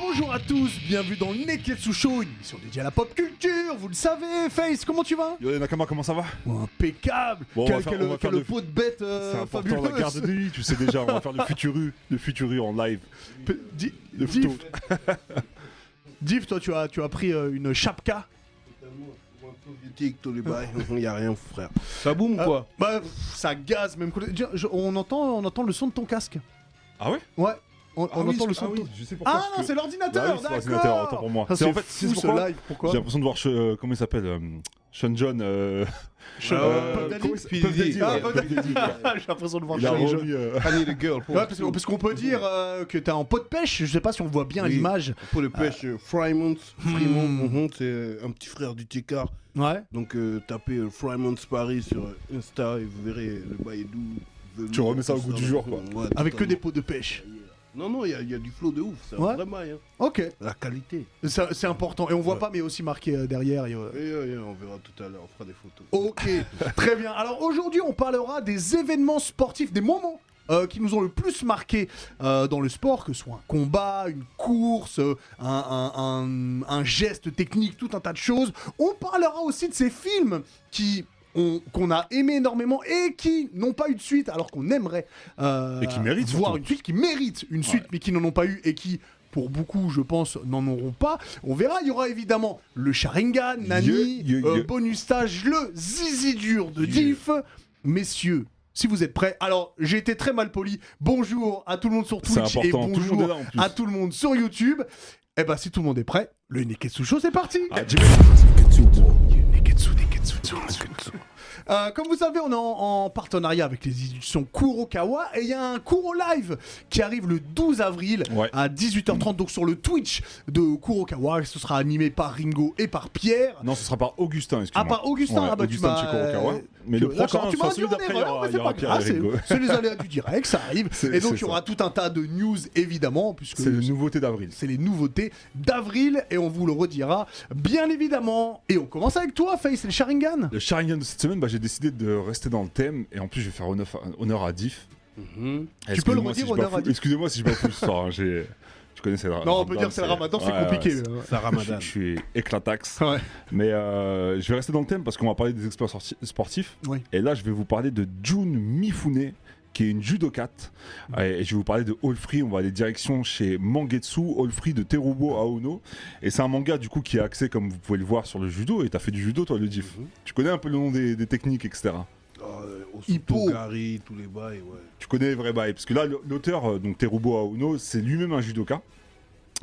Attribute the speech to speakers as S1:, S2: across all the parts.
S1: Bonjour à tous, bienvenue dans le Neketsu Show, une émission dédiée à la pop culture, vous le savez, Face, comment tu vas
S2: Yo les Nakama, comment ça va
S1: Oh, Impeccable
S2: Bon, on
S1: Quel,
S2: va faire-
S1: quel-
S2: on va
S1: quel
S2: faire de-
S1: pot de bête euh,
S2: C'est important,
S1: fabuleux
S2: on la garde de nuit, tu sais déjà, on va faire le futuru, le futuru en live.
S1: Pe- Di-
S2: Le
S1: Div,
S2: photo.
S1: Div, toi tu as, tu as pris euh, une chapka
S3: soviétique, tout le bail, il a rien, frère. Ah, Ça boum
S1: Euh,
S3: quoi
S1: Bah pff, ça gaze même côté- Tiens, je- on, entend, on entend le son de ton casque.
S2: Ah ouais
S1: Ouais, on, on
S2: oui,
S1: entend le
S2: ah
S1: son de
S2: oui,
S1: ton...
S2: je sais pourquoi.
S1: Ah
S2: parce
S1: non,
S2: que-
S1: c'est
S2: Bah
S1: l'ordinateur,
S2: oui, c'est
S1: d'accord
S2: l'ordinateur, autant pour moi.
S1: Ah,
S2: C'est en fait, c'est
S1: fou
S2: pourquoi
S1: ce live, pourquoi
S2: J'ai l'impression de voir, Sh- euh, comment il s'appelle euh, Sean John. euh,
S1: Je-
S3: Ah,
S1: euh,
S3: Puff
S1: Puff Daddy
S3: Daddy Puff Daddy,
S1: Ah,
S3: ouais.
S1: Puff Daddy. J'ai l'impression de voir
S2: Il a
S1: Sean John.
S2: remis. euh,
S3: I need a girl pour,
S1: Ouais, parce qu'on parce qu'on peut dire euh, que t'as un pot de pêche, je sais pas si on voit bien à
S3: Oui.
S1: l'image.
S3: pour le pêche
S2: Ah.
S3: euh, Frymont. Frymont,
S2: Hmm.
S3: mhm, c'est un petit frère du Ticard.
S1: Ouais.
S3: Donc euh, tapez euh, Frymont Paris sur euh, Insta et vous verrez euh, le bail est doux. velu,
S2: Tu remets ça au
S3: tout
S2: goût du jour, quoi.
S3: Ouais,
S1: Avec que des
S3: totalement.
S1: pots de pêche.
S3: Non, non, il y, a- il y a du flow de ouf, c'est
S1: Ouais.
S3: un vrai maille. Hein.
S1: Ok,
S3: La qualité.
S1: Ça, c'est important. Et on voit
S3: Ouais.
S1: pas, mais aussi marqué euh, derrière. et, euh,
S3: Et, euh, et, euh, on verra tout à l'heure, on fera des photos.
S1: Ok, très bien. Alors aujourd'hui, on parlera des événements sportifs, des moments. euh, qui nous ont le plus marqué euh, dans le sport, que ce soit un combat, une course, euh, un, un- un- un geste technique, tout un tas de choses. On parlera aussi de ces films qui ont- qu'on a aimé énormément et qui n'ont pas eu de suite, alors qu'on aimerait euh,
S2: Et qui méritent
S1: voir
S2: surtout.
S1: une suite, qui méritent une suite, mais qui n'en ont pas eu et qui, pour beaucoup, je pense, n'en auront pas. On verra, il y aura évidemment le Sharingan, Nani,
S2: Ye, ye,
S1: euh,
S2: ye.
S1: bonus stage, le zizi dur de Diff. Messieurs, si vous êtes prêts, alors j'ai été très mal poli. Bonjour à tout le monde sur
S2: C'est
S1: Twitch et
S2: important, tout le monde est
S1: bonjour
S2: là en plus.
S1: à tout le monde sur YouTube. Eh ben, si tout le monde est prêt, le Neketsu Show, c'est parti
S2: Ah, Jimmy-
S1: Neketsu, Neketsu, Neketsu. Euh, comme vous savez, on est en, en partenariat avec les éditions Kurokawa et il y a un Kuro Live qui arrive le 12 avril
S2: Ouais.
S1: à 18h30, donc sur le Twitch de Kurokawa. Ce sera animé par Ringo et par Pierre.
S2: Non, ce sera par Augustin, excuse-moi.
S1: Ah, par Augustin,
S2: Ouais,
S1: ah bah tu
S2: Augustin de chez
S1: m'as.
S2: Kurokawa.
S1: euh,
S2: Mais le
S1: tu- d'accord,
S2: prochain,
S1: tu
S2: enfin,
S1: m'as dit
S2: celui
S1: on est
S2: d'après, il y
S1: vraiment,
S2: aura-
S1: mais
S2: il y
S1: c'est
S2: aura
S1: pas grave,
S2: Pierre et Ringo.
S1: c'est- C'est les aléas du direct, ça arrive.
S2: C'est-
S1: Et donc, il
S2: c'est
S1: y aura
S2: ça.
S1: tout un tas de news, évidemment, puisque
S2: C'est les nouveautés d'avril.
S1: c'est les nouveautés d'avril et on vous le redira, bien évidemment. Et on commence avec toi, Face, le Sharingan.
S2: Le Sharingan de cette semaine, bah, j'ai décidé de rester dans le thème et en plus je vais faire honneur à, honneur à Diff.
S3: Mhm.
S1: Tu peux le redire,
S2: si je
S1: honneur à
S2: bafoue-
S1: Diff.
S2: Excusez-moi si je bafoue ce soir. hein, j'ai- Tu connais, c'est le
S1: Non, on peut dire c'est le ramadan, c'est
S2: Ouais,
S1: compliqué.
S2: ouais,
S1: ouais.
S2: c'est-
S3: Ça ramadan.
S2: Je suis éclataxe.
S1: Ouais.
S2: Mais euh, je vais rester dans le thème parce qu'on va parler des experts sorti- sportifs.
S1: Oui.
S2: Et là, je vais vous parler de June Mifune, qui est une judokate. Et je vais vous parler de All Free. On va aller direction chez Mangetsu, All Free de Terubo Aono. Et c'est un manga du coup qui est axé, comme vous pouvez le voir, sur le judo. Et t'as fait du judo, toi, le diff.
S3: Mhm.
S2: Tu connais un peu le nom des, des techniques, etc.
S3: Euh,
S1: Hippo.
S3: Osuto, Gary, tous les bails, ouais.
S2: Tu connais les vrais bails. Parce que là, le- l'auteur, euh, donc Terubo Aono, c'est lui-même un judoka.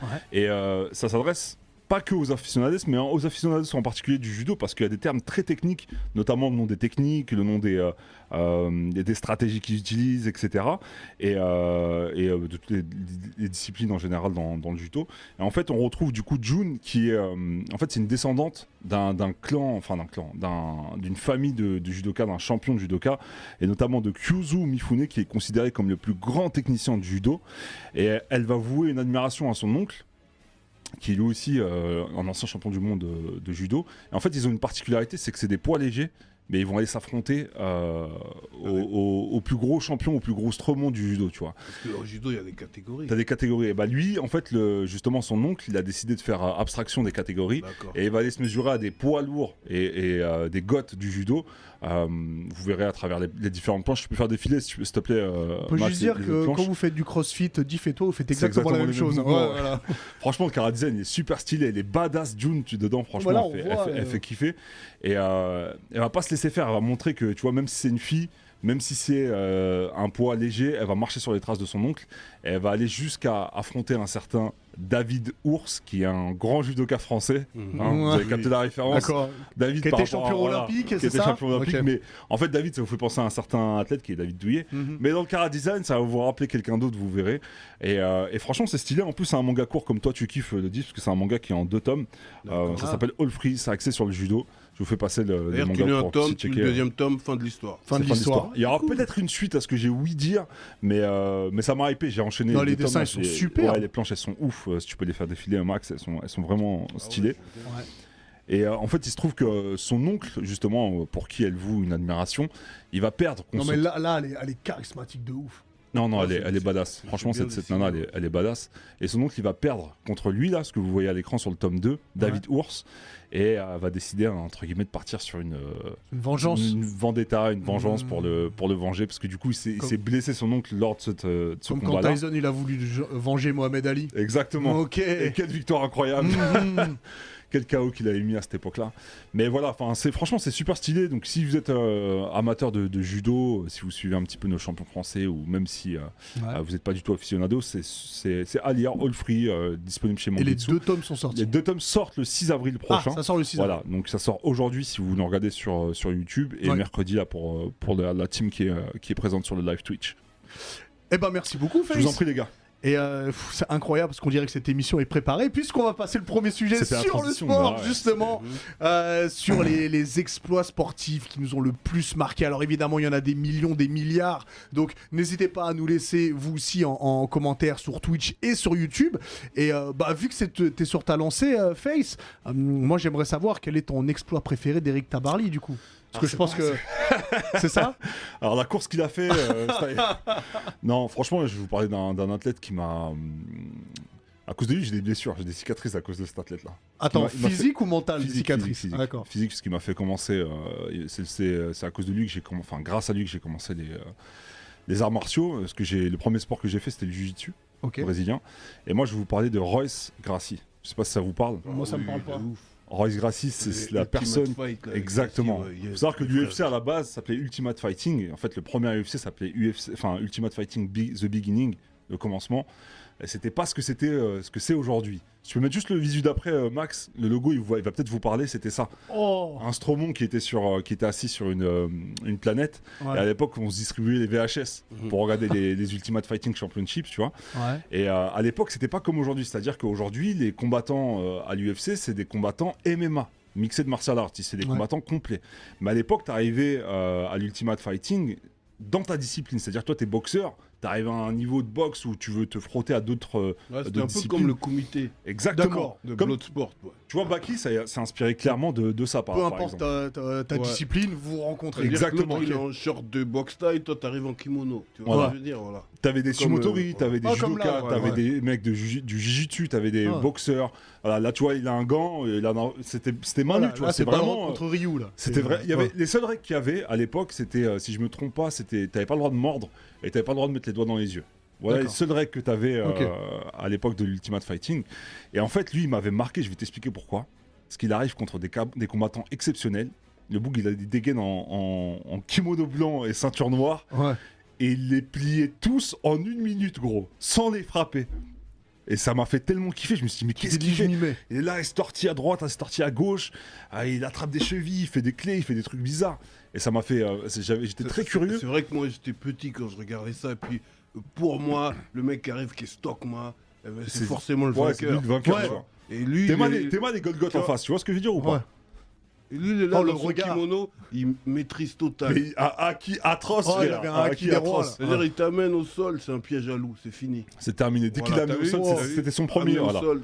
S1: Ouais.
S2: Et euh, ça s'adresse pas que aux aficionados, mais hein, aux aficionados en particulier du judo, parce qu'il y a des termes très techniques, notamment le nom des techniques, le nom des, euh, euh, des, des stratégies qu'ils utilisent, etc. Et, euh, et, euh, de toutes les, les disciplines en général dans, dans le judo. Et en fait, on retrouve du coup June, qui est, euh, en fait, c'est une descendante d'un d'un clan, enfin d'un clan, d'un- d'une famille de, de judoka, d'un champion de judoka, et notamment de Kyuzu Mifune, qui est considéré comme le plus grand technicien du judo. Et elle va vouer une admiration à son oncle, qui est lui aussi euh, un ancien champion du monde euh, de judo. Et en fait, ils ont une particularité, c'est que c'est des poids légers, mais ils vont aller s'affronter euh, au, au- au plus gros champion, au plus gros stromon du judo, tu vois.
S3: Parce que en judo, il y a des catégories.
S2: T'as des catégories. Et bah lui, en fait, le, justement, son oncle, il a décidé de faire euh, abstraction des catégories.
S3: D'accord.
S2: Et il va aller se mesurer à des poids lourds et, et, euh, des gottes du judo. Euh, vous verrez à travers les, les différentes planches. Tu peux faire défiler, si tu veux, s'il te plaît. euh,
S1: On peut
S2: Max,
S1: juste dire
S2: les- les
S1: que
S2: planches.
S1: quand vous faites du crossfit, Diff et toi, vous faites
S2: C'est
S1: exactement, la
S2: exactement
S1: même
S2: les
S1: chose.
S2: mêmes
S1: hein. Ouais,
S2: mouvements, ouais.
S1: voilà.
S2: Franchement, le chara-design est super stylé. Elle est badass June tu, dedans.
S1: Voilà,
S2: Franchement, elle, fait,
S1: on voit,
S2: elle fait- elle
S1: euh.
S2: fait kiffer. Et euh, elle va pas se laisser faire. Elle va montrer que, tu vois, même si c'est une fille, même si c'est euh, un poids léger, elle va marcher sur les traces de son oncle. Et elle va aller jusqu'à affronter un certain David Ours, qui est un grand judoka français.
S3: Mhm.
S2: Hein, Vous
S1: Ouais.
S2: avez capté la référence.
S1: D'accord.
S2: David
S1: Qui
S2: par
S1: était
S2: rapport à-
S1: champion
S2: voilà,
S1: olympique,
S2: qui
S1: c'est
S2: était
S1: ça
S2: champion olympique,
S1: Ok.
S2: mais en fait David ça vous fait penser à un certain athlète qui est David Douillet
S1: Mhm.
S2: mais dans le Cara Design, ça va vous rappeler quelqu'un d'autre, vous verrez. Et, euh, et franchement, c'est stylé. En plus, c'est un manga court comme toi, tu kiffes euh, le 10, parce que c'est un manga qui est en deux tomes.
S3: D'accord.
S2: Euh, ça
S1: Ah.
S2: s'appelle All Free, c'est axé sur le judo. Je vous fais passer le, le
S3: D'ailleurs,
S2: manga
S3: tu lis un
S2: pour
S3: tome,
S2: petit
S3: tu lis
S2: checker,
S3: le
S2: euh,
S3: deuxième tome, fin de l'histoire.
S1: Fin de
S2: fin de
S1: l'histoire.
S2: Il y aura peut-être une suite à ce que j'ai ouï dire, mais, euh, mais ça m'a hypé. J'ai enchaîné.
S1: Non, les
S2: deux tomes,
S1: dessins,
S2: là,
S1: ils sont
S2: j'ai-
S1: super.
S2: ouais, les planches, elles sont ouf. Euh, si tu peux les faire défiler, un max, elles sont, elles sont
S1: Ah
S2: vraiment stylées.
S3: Ah
S2: Et euh, en fait, il se trouve que son oncle, justement, euh, pour qui elle voue une admiration, il va perdre.
S1: Non,
S2: contre
S1: mais là, là elle, est, elle est charismatique de ouf.
S2: Non, non,
S3: Ah,
S2: elle est,
S3: c'est-
S2: elle est badass. Franchement,
S3: bien
S2: cette, cette nana, elle
S3: dessiné,
S2: est, elle est badass. Et son oncle, il va perdre contre lui, là, ce que vous voyez à l'écran sur le tome 2, David Ours. Et euh, elle va décider, entre guillemets, de partir sur une, euh,
S1: Une vengeance.
S2: une vendetta, une vengeance pour, le, pour le venger. Parce que du coup, il s'est il
S1: Comme-
S2: s'est blessé son oncle lors de, cette, euh, de ce
S1: Comme quand
S2: combat-là.
S1: Tyson, il a voulu je- venger Mohamed Ali.
S2: Exactement.
S1: Ok.
S2: Et quelle victoire incroyable
S1: Mhm.
S2: quel chaos qu'il avait mis à cette époque-là. Mais voilà, enfin, c'est franchement c'est super stylé. Donc si vous êtes euh, amateur de, de judo, si vous suivez un petit peu nos champions français ou même si euh, euh, vous n'êtes pas du tout aficionado, c'est- c'est c'est à lire all free euh, disponible chez
S1: Et les
S2: Mangetsu.
S1: deux tomes sont sortis.
S2: les deux tomes sortent le 6 avril
S1: Ah,
S2: prochain.
S1: ça sort le 6
S2: Voilà, donc ça sort aujourd'hui si vous nous regardez sur, euh, sur YouTube et
S1: Ouais.
S2: mercredi là pour, euh, pour la, la team qui est, euh, qui est présente sur le live Twitch.
S1: Eh ben merci beaucoup,
S2: Je
S1: Félix.
S2: vous en prie les gars.
S1: Et euh, pff, c'est incroyable parce qu'on dirait que cette émission est préparée puisqu'on va passer le premier sujet
S2: C'était la
S1: sur le
S2: transition,
S1: sport
S2: bah ouais,
S1: justement, euh, sur les, les exploits sportifs qui nous ont le plus marqué. Alors évidemment, il y en a des millions, des milliards. Donc n'hésitez pas à nous laisser vous aussi en, en commentaire sur Twitch et sur YouTube. Et euh, bah vu que c'est- t'es sur ta lancée, euh, Face, euh, moi j'aimerais savoir quel est ton exploit préféré d'Eric Tabarly du coup.
S2: Ah,
S1: Parce que je pense que c'est ça.
S2: Alors la course qu'il a fait, euh, ça- non, franchement, je vais vous parler d'un d'un athlète qui m'a, hum, à cause de lui, j'ai des blessures, j'ai des cicatrices à cause de cet athlète-là.
S1: Attends,
S2: m'a- il m'a fait-
S1: physique ou mental,
S2: Physique,
S1: cicatrice. Ah,
S2: physique, physique.
S1: D'accord.
S2: Physique, ce qui m'a fait commencer, euh, c'est- c'est c'est à cause de lui que j'ai, comm- enfin, grâce à lui que j'ai commencé les, euh, les arts martiaux. Parce que j'ai, le premier sport que j'ai fait, c'était le jujitsu
S1: Ok.
S2: brésilien. Et moi, je vais vous parler de Royce Gracie. Je sais pas si ça vous parle.
S1: Moi, ça me parle pas.
S2: Royce Gracie, c'est la personne Exactement. Il faut savoir que l'UFC à la base s'appelait Ultimate Fighting. Et En fait, le premier UFC s'appelait UFC, enfin Ultimate Fighting Be- The Beginning, le commencement. Et C'était pas ce que c'était, euh, ce que c'est aujourd'hui. Si tu peux mettre juste le visu d'après, euh, Max, le logo, il, va- il va peut-être vous parler. C'était ça.
S1: Oh.
S2: Un Stromon qui était sur, euh, qui était assis sur une, euh, une planète.
S1: Ouais.
S2: Et à l'époque, on se distribuait les VHS
S3: Mhm.
S2: pour regarder les, les Ultimate Fighting Championships, tu vois.
S1: Ouais.
S2: Et euh, à l'époque, c'était pas comme aujourd'hui. C'est-à-dire qu'aujourd'hui, les combattants euh, à l'UFC, c'est des combattants MMA, mixés de martial arts. C'est des
S1: Ouais.
S2: combattants complets. Mais à l'époque, t'arrivais euh, à l'Ultimate Fighting dans ta discipline. C'est-à-dire, toi, t'es boxeur, t'arrives à un niveau de boxe où tu veux te frotter à d'autres. euh,
S3: C'était un peu
S2: discipline.
S3: comme le comité
S2: Exactement.
S3: de
S2: Comme-
S3: Bloodsport. ouais.
S2: Tu vois, Baki, ça s'est inspiré clairement de, de ça, Ah, par,
S1: Peu
S2: par
S1: importe
S2: exemple.
S1: ta, ta- ta
S3: Ouais.
S1: discipline, vous vous rencontrez.
S3: C'est-à-dire que
S2: Exactement,
S3: l'autre, Il est
S2: ok.
S3: en short de boxe taille, toi t'arrives en kimono. Tu vois
S1: Voilà.
S3: ce que je veux dire voilà.
S2: T'avais des
S3: Comme,
S2: sumotori,
S3: euh,
S2: t'avais des
S1: Ah, comme là,
S2: judokas,
S1: ouais,
S2: t'avais
S1: ouais.
S2: des mecs de juji- du jujitsu, t'avais des
S1: Ouais.
S2: boxeurs. Voilà, là, tu vois, il a un gant, il a un- c'était c'était Manu,
S1: Voilà,
S2: tu vois,
S1: là,
S2: c'est
S1: pas la
S2: vraiment. euh,
S1: rencontre contre Ryu là.
S2: C'était
S1: C'est-
S2: vrai. Il y avait
S1: ouais.
S2: les seules règles qu'il y avait à l'époque, c'était euh, si je me trompe pas, c'était t'avais pas le droit de mordre et t'avais pas le droit de mettre les doigts dans les yeux. Voilà les
S1: D'accord.
S2: seules règles que t'avais euh,
S1: Ok.
S2: à l'époque de l'Ultimate Fighting. Et en fait, lui, il m'avait marqué. Je vais t'expliquer pourquoi. Parce qu'il arrive contre des, cab- des combattants exceptionnels. Le Boug, il a des dégaines en, en- en kimono blanc et ceinture noire.
S1: Ouais.
S2: Et il les pliait tous en une minute, gros. Sans les frapper. Et ça m'a fait tellement kiffer. Je me suis dit, mais qu'est-ce
S1: C'était
S2: qu'il
S1: dit, je
S2: fait
S1: m'y mets.
S2: et là, il se tortille à droite, hein, il se tortille à gauche, Ah, il attrape des chevilles, il fait des clés, il fait des trucs bizarres. Et ça m'a fait. euh, c'est- j'avais- J'étais
S3: C'est-
S2: très
S3: c'est-
S2: curieux.
S3: C'est vrai que moi j'étais petit quand je regardais ça. Et puis euh, pour moi, le mec qui arrive qui est Stockma, eh ben, c'est
S2: C'est-
S3: forcément le
S2: Ouais, c'est lui
S3: vainqueur.
S2: le vainqueur.
S1: Ouais.
S2: tu vois.
S3: Et lui,
S2: T'es
S3: il
S2: mal,
S3: est-
S2: les- t'es mal les Golgoth
S3: tu
S2: en
S3: vois.
S2: face, tu vois ce que je veux dire ou pas
S1: Ouais.
S3: et lui, il est là
S1: Oh, le
S3: dans son
S1: regard.
S3: kimono, il maîtrise total.
S2: Mais Ah. à, acquis atroce,
S1: Oh,
S2: les
S1: il
S2: gars,
S1: avait un
S2: à
S1: acquis
S2: acquis
S1: des rois,
S2: atroce.
S1: là.
S3: C'est-à-dire, il t'amène au sol, c'est un piège à loup, c'est fini.
S2: C'est terminé. Dès
S3: Voilà,
S2: qu'il l'a mis
S3: t'as
S2: au
S3: vu,
S2: sol,
S3: wow.
S2: c'est- c'était son premier.
S3: Amené au
S2: Voilà.
S3: sol,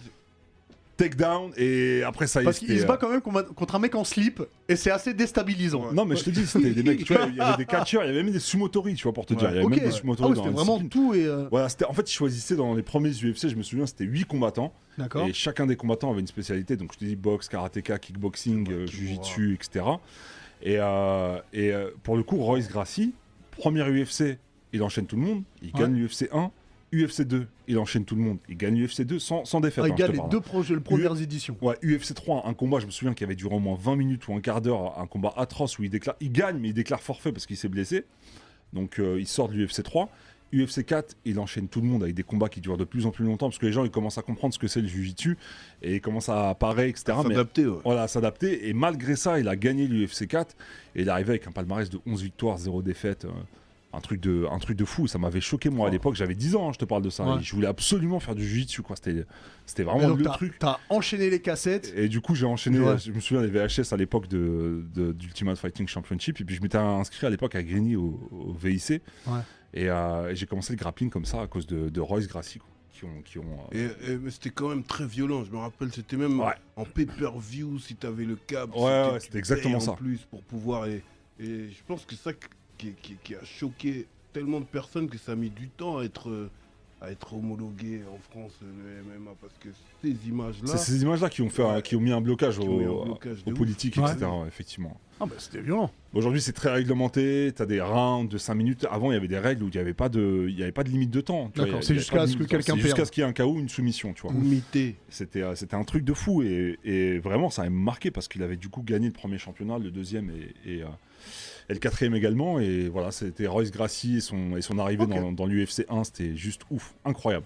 S2: Takedown, et euh, après ça,
S1: Parce
S2: était,
S1: qu'il se bat quand même contre contre un mec en slip et c'est assez déstabilisant.
S2: euh, Non, mais je te dis, c'était des mecs, tu vois, il y avait des catcheurs, il y avait même des sumotori, tu vois, pour te dire. Il y avait
S1: Ok.
S2: même des
S1: Ah
S2: sumotori
S1: ouais,
S2: dans
S1: c'était
S2: la
S1: vraiment
S2: discipline.
S1: tout et euh,
S2: Voilà, c'était- en fait, ils choisissaient dans les premiers UFC, je me souviens, c'était 8 combattants.
S1: d'accord.
S2: Et chacun des combattants avait une spécialité, donc je te dis boxe, karatéka, kickboxing,
S3: Ouais,
S2: euh,
S3: kimura.
S2: jujitsu, etc. Et, euh, et euh, pour le coup, Royce Gracie, premier UFC, il enchaîne tout le monde, il
S1: Ouais.
S2: gagne l'UFC 1, UFC 2, il enchaîne tout le monde, il gagne l'UFC 2 sans, sans défaite.
S1: Ah, il
S2: hein, je
S1: gagne
S2: te
S1: les
S2: parle,
S1: deux projets, le premières éditions.
S2: Ouais, UFC 3, un combat, je me souviens, qui avait duré au moins 20 minutes ou un quart d'heure, un combat atroce où il déclare, il gagne, mais il déclare forfait parce qu'il s'est blessé. Donc euh, il sort de l'UFC 3. UFC 4, il enchaîne tout le monde avec des combats qui durent de plus en plus longtemps parce que les gens ils commencent à comprendre ce que c'est le jujitsu et ils commencent à parer, etc. Ah, Mais
S3: S'adapter, ouais.
S2: voilà, à s'adapter. Et malgré ça, il a gagné l'UFC 4 et il est arrivé avec un palmarès de 11 victoires, 0 défaites. euh, un truc, de, un truc de fou, ça m'avait choqué moi à
S3: Oh.
S2: l'époque, j'avais 10 ans, hein, je te parle de ça,
S1: Ouais.
S2: Et je voulais absolument faire du jiu-jitsu, quoi. C'était c'était
S1: Et
S2: vraiment
S1: donc,
S2: le
S1: t'as-
S2: truc.
S1: T'as enchaîné les cassettes.
S2: Et du coup, j'ai enchaîné,
S1: Ouais.
S2: je me souviens des VHS à l'époque de, de- d'Ultimate Fighting Championship. Et puis, je m'étais inscrit à l'époque à Grigny au, au VIC.
S1: Ouais.
S2: Et, euh, et j'ai commencé le grappling comme ça à cause de, de Royce Gracie. quoi, qui ont, qui ont, euh,
S3: Et, et- mais c'était quand même très violent, je me rappelle, c'était même
S2: Ouais.
S3: en pay-per-view si t'avais le câble.
S2: Ouais, ouais,
S3: tu
S2: c'était
S3: payes
S2: exactement
S3: en
S2: ça.
S3: plus pour pouvoir. Et, et je pense que ça qui, qui- qui a choqué tellement de personnes que ça a mis du temps à être, euh, à être homologué en France, euh, le MMA, parce que ces images-là.
S2: C'est ces images-là qui ont fait, un- qui ont mis un blocage
S3: qui ont eu un
S2: au-
S3: blocage de
S2: aux
S3: ouf.
S2: politiques,
S1: Ouais.
S2: etc. Effectivement.
S1: Ah bah c'était violent.
S2: Aujourd'hui, c'est très réglementé. T'as des rounds de 5 minutes. Avant, il y avait des règles où il n'y avait pas de, il y avait pas de limite de temps. tu vois,
S1: D'accord,
S2: il y a-
S1: c'est
S2: il y a
S1: jusqu'à
S2: pas de
S1: ce que
S2: limite de temps.
S1: quelqu'un
S2: C'est Jusqu'à
S1: perde.
S2: ce qu'il y ait un KO ou une soumission, tu vois.
S3: Ou mité.
S2: C'était, euh, c'était un truc de fou et, et vraiment ça a marqué parce qu'il avait du coup gagné le premier championnat, le deuxième et, et, euh, et le quatrième également. Et voilà, c'était Royce Gracie et son, et son arrivée
S1: Ok.
S2: dans, dans l'UFC 1, c'était juste ouf, incroyable.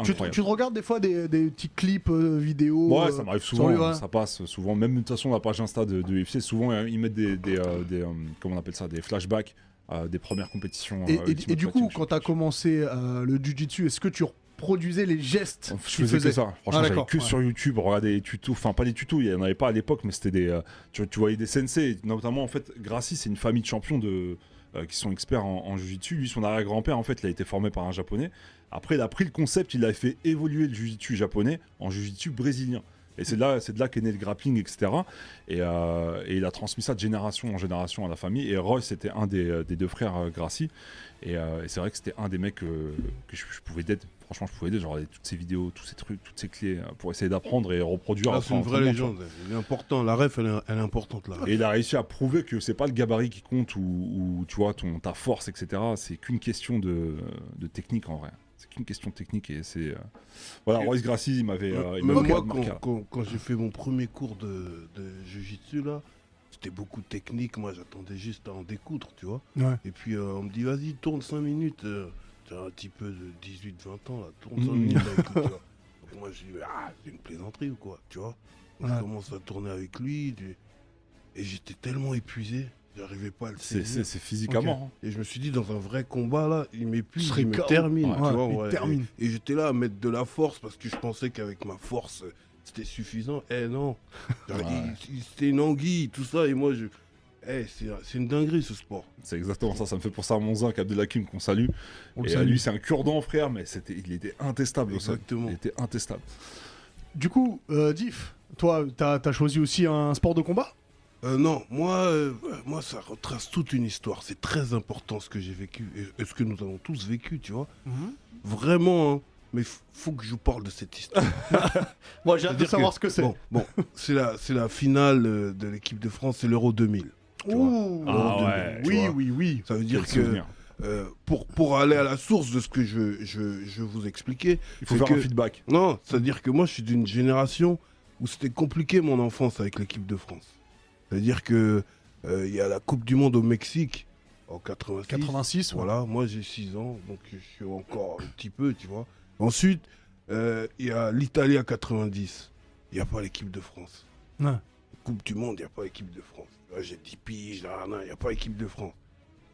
S1: Tu,
S2: Ah, incroyable.
S1: tu te regardes des fois des, des petits clips euh, vidéo.
S2: Ouais,
S1: euh,
S2: ça m'arrive
S1: sur
S2: souvent,
S1: les- ouais.
S2: ça passe souvent. Même de toute façon, la page Insta de, de UFC, souvent euh, ils mettent des, des, euh, des, euh, comment on appelle ça, des flashbacks euh, des premières compétitions.
S1: Et,
S2: euh,
S1: et-
S2: Ultimate
S1: et du coup,
S2: Fighting,
S1: quand t'as commencé euh, le jujitsu, est-ce que tu reproduisais les gestes
S2: Je
S1: qu'il
S2: faisais que
S1: faisait
S2: ça. Franchement,
S1: Ah,
S2: j'allais
S1: d'accord,
S2: que
S1: ouais.
S2: sur YouTube, regarder des tutos. Enfin, pas des tutos, il n'y en avait pas à l'époque, mais c'était des. euh, tu, tu voyais des sensei. Notamment, en fait, Gracie, c'est une famille de champions de, euh, qui sont experts en, en jujitsu. Lui, son arrière-grand-père, en fait, il a été formé par un japonais. Après, il a pris le concept, il a fait évoluer le jujitsu japonais en jujitsu brésilien. Et c'est de là, c'est de là qu'est né le grappling, etc. Et, euh, et il a transmis ça de génération en génération à la famille. Et Roy, c'était un des, euh, des deux frères euh, Gracie. Et, euh, et c'est vrai que c'était un des mecs euh, que je, je pouvais d'aide. Franchement, je pouvais d'aide. Genre, regarder toutes ces vidéos, tous ces trucs, toutes ces clés euh, pour essayer d'apprendre et reproduire.
S3: Là,
S2: après
S3: Ah, c'est une
S2: en
S3: vraie
S2: tout le monde,
S3: légende. Il est important. La ref, elle est, elle est importante, là.
S2: tu vois. Et il a réussi à prouver que c'est pas le gabarit qui compte ou, ou, tu vois ton, ta force, etc. C'est qu'une question de, de technique en vrai. C'est qu'une question de technique et c'est. euh, Voilà, Royce Gracie, il m'avait. euh, il
S3: Même
S2: m'avait
S3: moi,
S2: marqué.
S3: quand, quand- quand j'ai fait mon premier cours de, de jujitsu, là, c'était beaucoup de technique. Moi, j'attendais juste à en découdre, tu vois.
S1: Ouais.
S3: Et puis, euh, on me dit, vas-y, tourne 5 minutes. euh, T'as un petit peu de 18-20 ans, là, tourne 5
S2: Mhm.
S3: minutes avec lui, tu vois. Donc, moi, je dis, ah, c'est une plaisanterie ou quoi, tu vois. Donc,
S1: Ouais.
S3: Je commence à tourner avec lui. du- Et j'étais tellement épuisé, j'arrivais pas à le
S2: C'est-
S3: saisir.
S2: C'est c'est physiquement. hein.
S3: Et je me suis dit, dans un vrai combat, là, il m'épuise,
S1: Je serais
S3: il me
S1: KO.
S3: termine.
S1: Ouais,
S3: tu vois,
S1: il
S3: ouais.
S1: termine.
S3: Et, et j'étais là à mettre de la force parce que je pensais qu'avec ma force, euh, c'était suffisant. Eh non Genre,
S2: Ouais.
S3: il- il- C'était une anguille, tout ça, et moi, je... Eh, c'est c'est une dinguerie, ce sport.
S2: C'est exactement ça, ça me fait penser à mon zinc Abdelhakim qu'on salue.
S1: On le
S2: et à
S1: salue.
S2: lui, c'est un cure-dent, frère, mais c'était, il était intestable au sol.
S3: Exactement.
S2: Il était intestable.
S1: Du coup, euh, Diff, toi, t'as as choisi aussi un sport de combat
S3: Euh, non, moi, euh, moi, ça retrace toute une histoire. C'est très important ce que j'ai vécu, et- et ce que nous avons tous vécu, tu vois. Vraiment, hein. Mais f- faut que je vous parle de cette histoire.
S2: Ah,
S1: Moi, j'ai hâte de
S3: C'est-à-dire
S1: savoir
S3: que-
S1: ce que c'est.
S3: Bon, bon, c'est la, c'est la finale euh, de l'équipe de France, c'est l'Euro 2000. tu vois.
S1: Ouh.
S2: Ah
S1: Oh,
S2: ouais,
S1: de-
S2: tu
S1: oui,
S2: vois.
S1: oui, oui.
S3: Ça veut
S2: Quel
S3: dire que
S2: souvenir.
S3: euh, pour, pour aller à la source de ce que je, je, je vous expliquais,
S2: Il faut
S3: c'est
S2: faire un
S3: que-
S2: feedback.
S3: non, c'est-à-dire que moi je suis d'une génération où c'était compliqué mon enfance avec l'équipe de France. C'est-à-dire que euh, il y a la Coupe du Monde au Mexique en 86.
S1: 86, voilà.
S3: Voilà, moi j'ai 6 ans, donc je suis encore un petit peu, tu vois. Ensuite, euh, il y a l'Italie à 90. Il n'y a pas l'équipe de France.
S1: Ouais.
S3: Coupe du Monde, il n'y a pas équipe de France. Là, J'ai 10 piges, là, il n'y a pas équipe de France.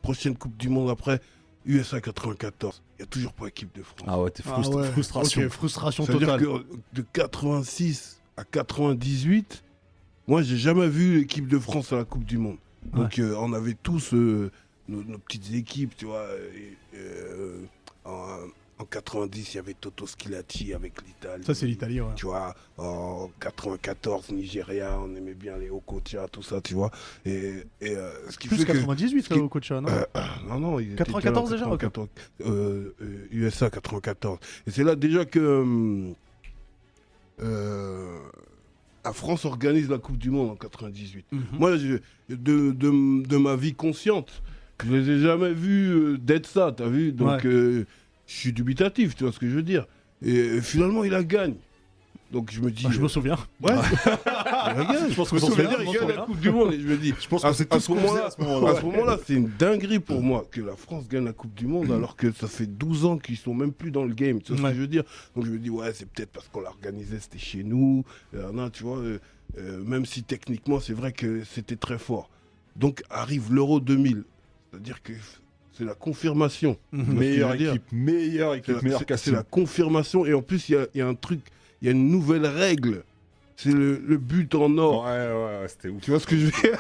S3: Prochaine Coupe du Monde après, USA 94, il n'y a toujours pas équipe de France.
S2: Ah ouais, t'es
S1: Ah
S2: frustre-
S1: ouais.
S2: frustration.
S1: Ok, frustration
S3: Ça veut dire
S1: totale.
S3: que de 86 à 98, moi, j'ai jamais vu l'équipe de France à la Coupe du Monde. Donc, euh, on avait tous euh, nos, nos petites équipes, tu vois. euh, et, euh, en, en 90, il y avait Toto Skilati avec l'Italie.
S1: Ça, c'est l'Italie, ouais.
S3: Tu vois, en 94, Nigeria, on aimait bien les Okocha, tout ça, tu vois. Et, et, euh, ce qui
S1: Plus
S3: fait que.
S1: 98,
S3: ce
S1: là,
S3: qui-
S1: au coach, non
S3: Euh, non, non, il était
S1: 94 déjà, ok.
S3: 94, euh, euh, USA 94. Et c'est là déjà que hum, euh, la France organise la Coupe du Monde en 98.
S1: Mhm.
S3: Moi, je- de, de- de ma vie consciente, je ne les ai jamais vus euh, d'être ça, t'as vu Donc,
S1: Ouais.
S3: euh, je suis dubitatif, tu vois ce que je veux dire. Et euh, finalement, il la gagne. Donc, je me dis.
S1: Ah, Je me souviens.
S3: Ouais. je pense
S1: qu'on s'en souvient,
S3: Il
S1: on
S3: gagne
S1: s'en
S3: la Coupe du Monde et je me dis,
S2: Je pense
S3: à,
S2: que c'est
S3: à
S2: tout ce
S3: ce
S2: qu'on faisait
S3: moment-là,
S2: à ce moment-là.
S3: à ce moment-là, c'est une dinguerie pour moi que la France gagne la Coupe du Monde alors que ça fait 12 ans qu'ils sont même plus dans le game. Tu vois ce
S1: Ouais.
S3: que je veux dire Donc je me dis, ouais, c'est peut-être parce qu'on l'a organisé, c'était chez nous. euh, non, tu vois, euh, euh, même si techniquement, c'est vrai que c'était très fort. Donc arrive l'Euro 2000, c'est-à-dire que c'est la confirmation.
S1: Mhm.
S2: Meilleure
S3: ce que je veux dire.
S2: équipe, meilleure
S3: C'est la-
S2: équipe, meilleure
S3: c'est- C'est la
S2: casting.
S3: confirmation et en plus, il y a- il y, a un truc, il y a une nouvelle règle. C'est le, le but en
S2: Ouais,
S3: or.
S2: ouais, ouais, c'était ouf.
S3: Tu vois ce que je veux dire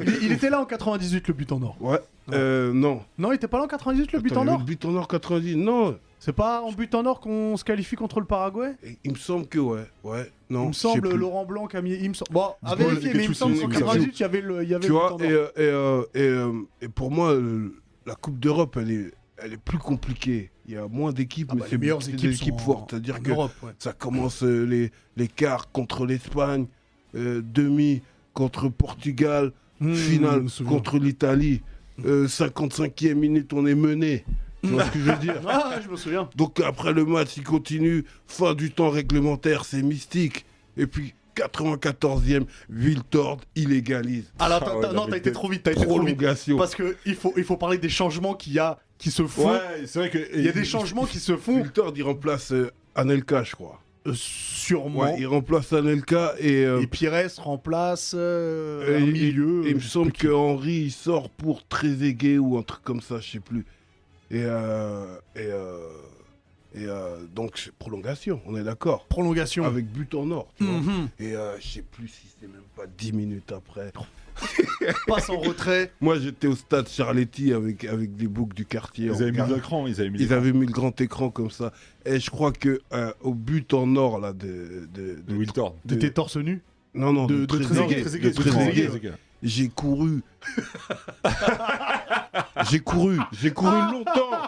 S1: Il, il était là en 98, le but en or.
S3: Ouais. Euh, non.
S1: Non, il était pas là en 98, le but
S3: Attends,
S1: en
S3: il y avait
S1: or
S3: Le but en or 90. Non.
S1: C'est pas en but en or qu'on se qualifie contre le Paraguay
S3: Et Il me semble que ouais. Ouais. Non.
S1: Il me
S3: je sais
S1: semble
S3: plus.
S1: Laurent Blanc qui a mis. Il me semble. Bon, à
S2: Dis-moi,
S1: vérifier,
S2: les
S1: mais il me
S2: questions,
S1: semble
S2: c'est
S1: qu'en
S2: une question.
S1: 98, il y avait le, il y avait
S3: Tu
S1: le
S3: vois.
S1: but en
S3: Et,
S1: or. Ah
S3: euh, et, euh, et, euh, et pour moi, euh, la Coupe d'Europe, elle est, elle est plus compliquée. Il y a moins d'équipes,
S1: Ah bah,
S3: mais
S1: les
S3: c'est
S1: meilleures
S3: c'est
S1: équipes,
S3: des
S1: sont
S3: équipes
S1: en-
S3: fortes. C'est-à-dire
S1: en
S3: que
S1: Europe, ouais.
S3: ça commence euh, les, les quarts contre l'Espagne, euh, demi contre Portugal,
S1: Mmh, je
S3: finale
S1: me souviens.
S3: contre l'Italie. Euh, 55e minute, on est mené. Tu vois ce que je veux dire
S1: Ah, je me souviens.
S3: Donc après le match, il continue. Fin du temps réglementaire, c'est mystique. Et puis 94e, Wiltord, il égalise.
S1: Alors,
S2: Ah
S1: t'as-
S2: ouais,
S1: t'as-
S2: non,
S1: non,
S2: mais
S1: t'as été
S2: t'es-
S1: trop vite, t'as été trop vite.
S3: Prolongation.
S1: Parce que il faut, il faut parler des changements qu'il y a, qui se font.
S2: Ouais, c'est vrai que.
S1: Il y a des changements qui se font
S3: Wiltord, il remplace euh, Anelka, je crois.
S1: euh, sûrement.
S3: Ouais, il remplace Anelka et, euh,
S1: Et Pires remplace euh,
S3: Et-
S1: un milieu.
S3: et il me semble que Henry il sort pour Trezeguet ou un truc comme ça, je sais plus. Et euh, et euh, et euh, donc c'est prolongation, on est d'accord.
S1: prolongation.
S3: Avec but en or, tu vois.
S1: Mhm.
S3: Et euh, je sais plus si c'est même pas 10 minutes après.
S1: Passe en retrait.
S3: Moi j'étais au stade Charletti avec avec des boucs du quartier.
S2: Ils
S3: on
S2: avaient mis
S3: regardait.
S2: l'écran, ils avaient mis
S3: Ils
S2: l'écran.
S3: avaient mis le grand écran comme ça. Et je crois que euh, au but en or là de de, de-
S2: De Wiltord.
S1: De tes torse nu.
S3: non non
S1: de-
S3: de,
S1: de
S3: Trezeguet,
S1: Trezeguet,
S3: de
S2: excuse-moi,
S3: Trezeguet.
S2: Trezeguet.
S3: J'ai couru. j'ai couru, j'ai couru longtemps.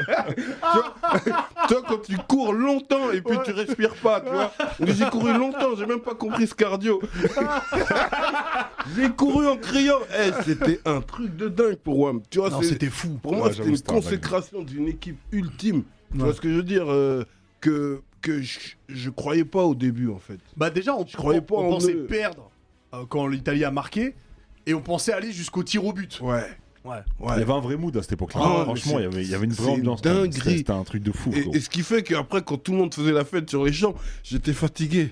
S3: tu, vois, tu vois, quand tu cours longtemps et puis tu respires pas, tu vois. Mais j'ai couru longtemps, j'ai même pas compris ce cardio. j'ai couru en criant. Eh, c'était un truc de dingue pour moi. Tu vois,
S1: Non,
S3: c'est-
S1: c'était fou.
S3: pour moi,
S2: Ouais,
S3: c'était
S2: j'avoue,
S3: une
S2: c'était un dingue.
S3: consécration d'une équipe ultime. Tu
S1: Ouais.
S3: vois ce que je veux dire euh, Que, que je, je croyais pas au début, en fait.
S1: Bah déjà, on,
S3: Je croyais pas
S1: on
S3: en
S1: pensait
S3: eux.
S1: perdre euh, quand l'Italie a marqué. Et on pensait aller jusqu'au tir au but.
S3: Ouais.
S1: Ouais.
S2: Il y
S3: Ouais.
S2: avait un vrai mood à cette époque-là.
S3: Ah, mais
S2: Franchement,
S3: c'est-
S2: il y avait- il y avait une
S3: c'est
S2: vraie ambiance. quand même.
S3: dinguerie.
S2: C'était c'était un truc de fou. gros.
S3: Et, et ce qui fait qu'après, quand tout le monde faisait la fête sur les champs, j'étais fatigué.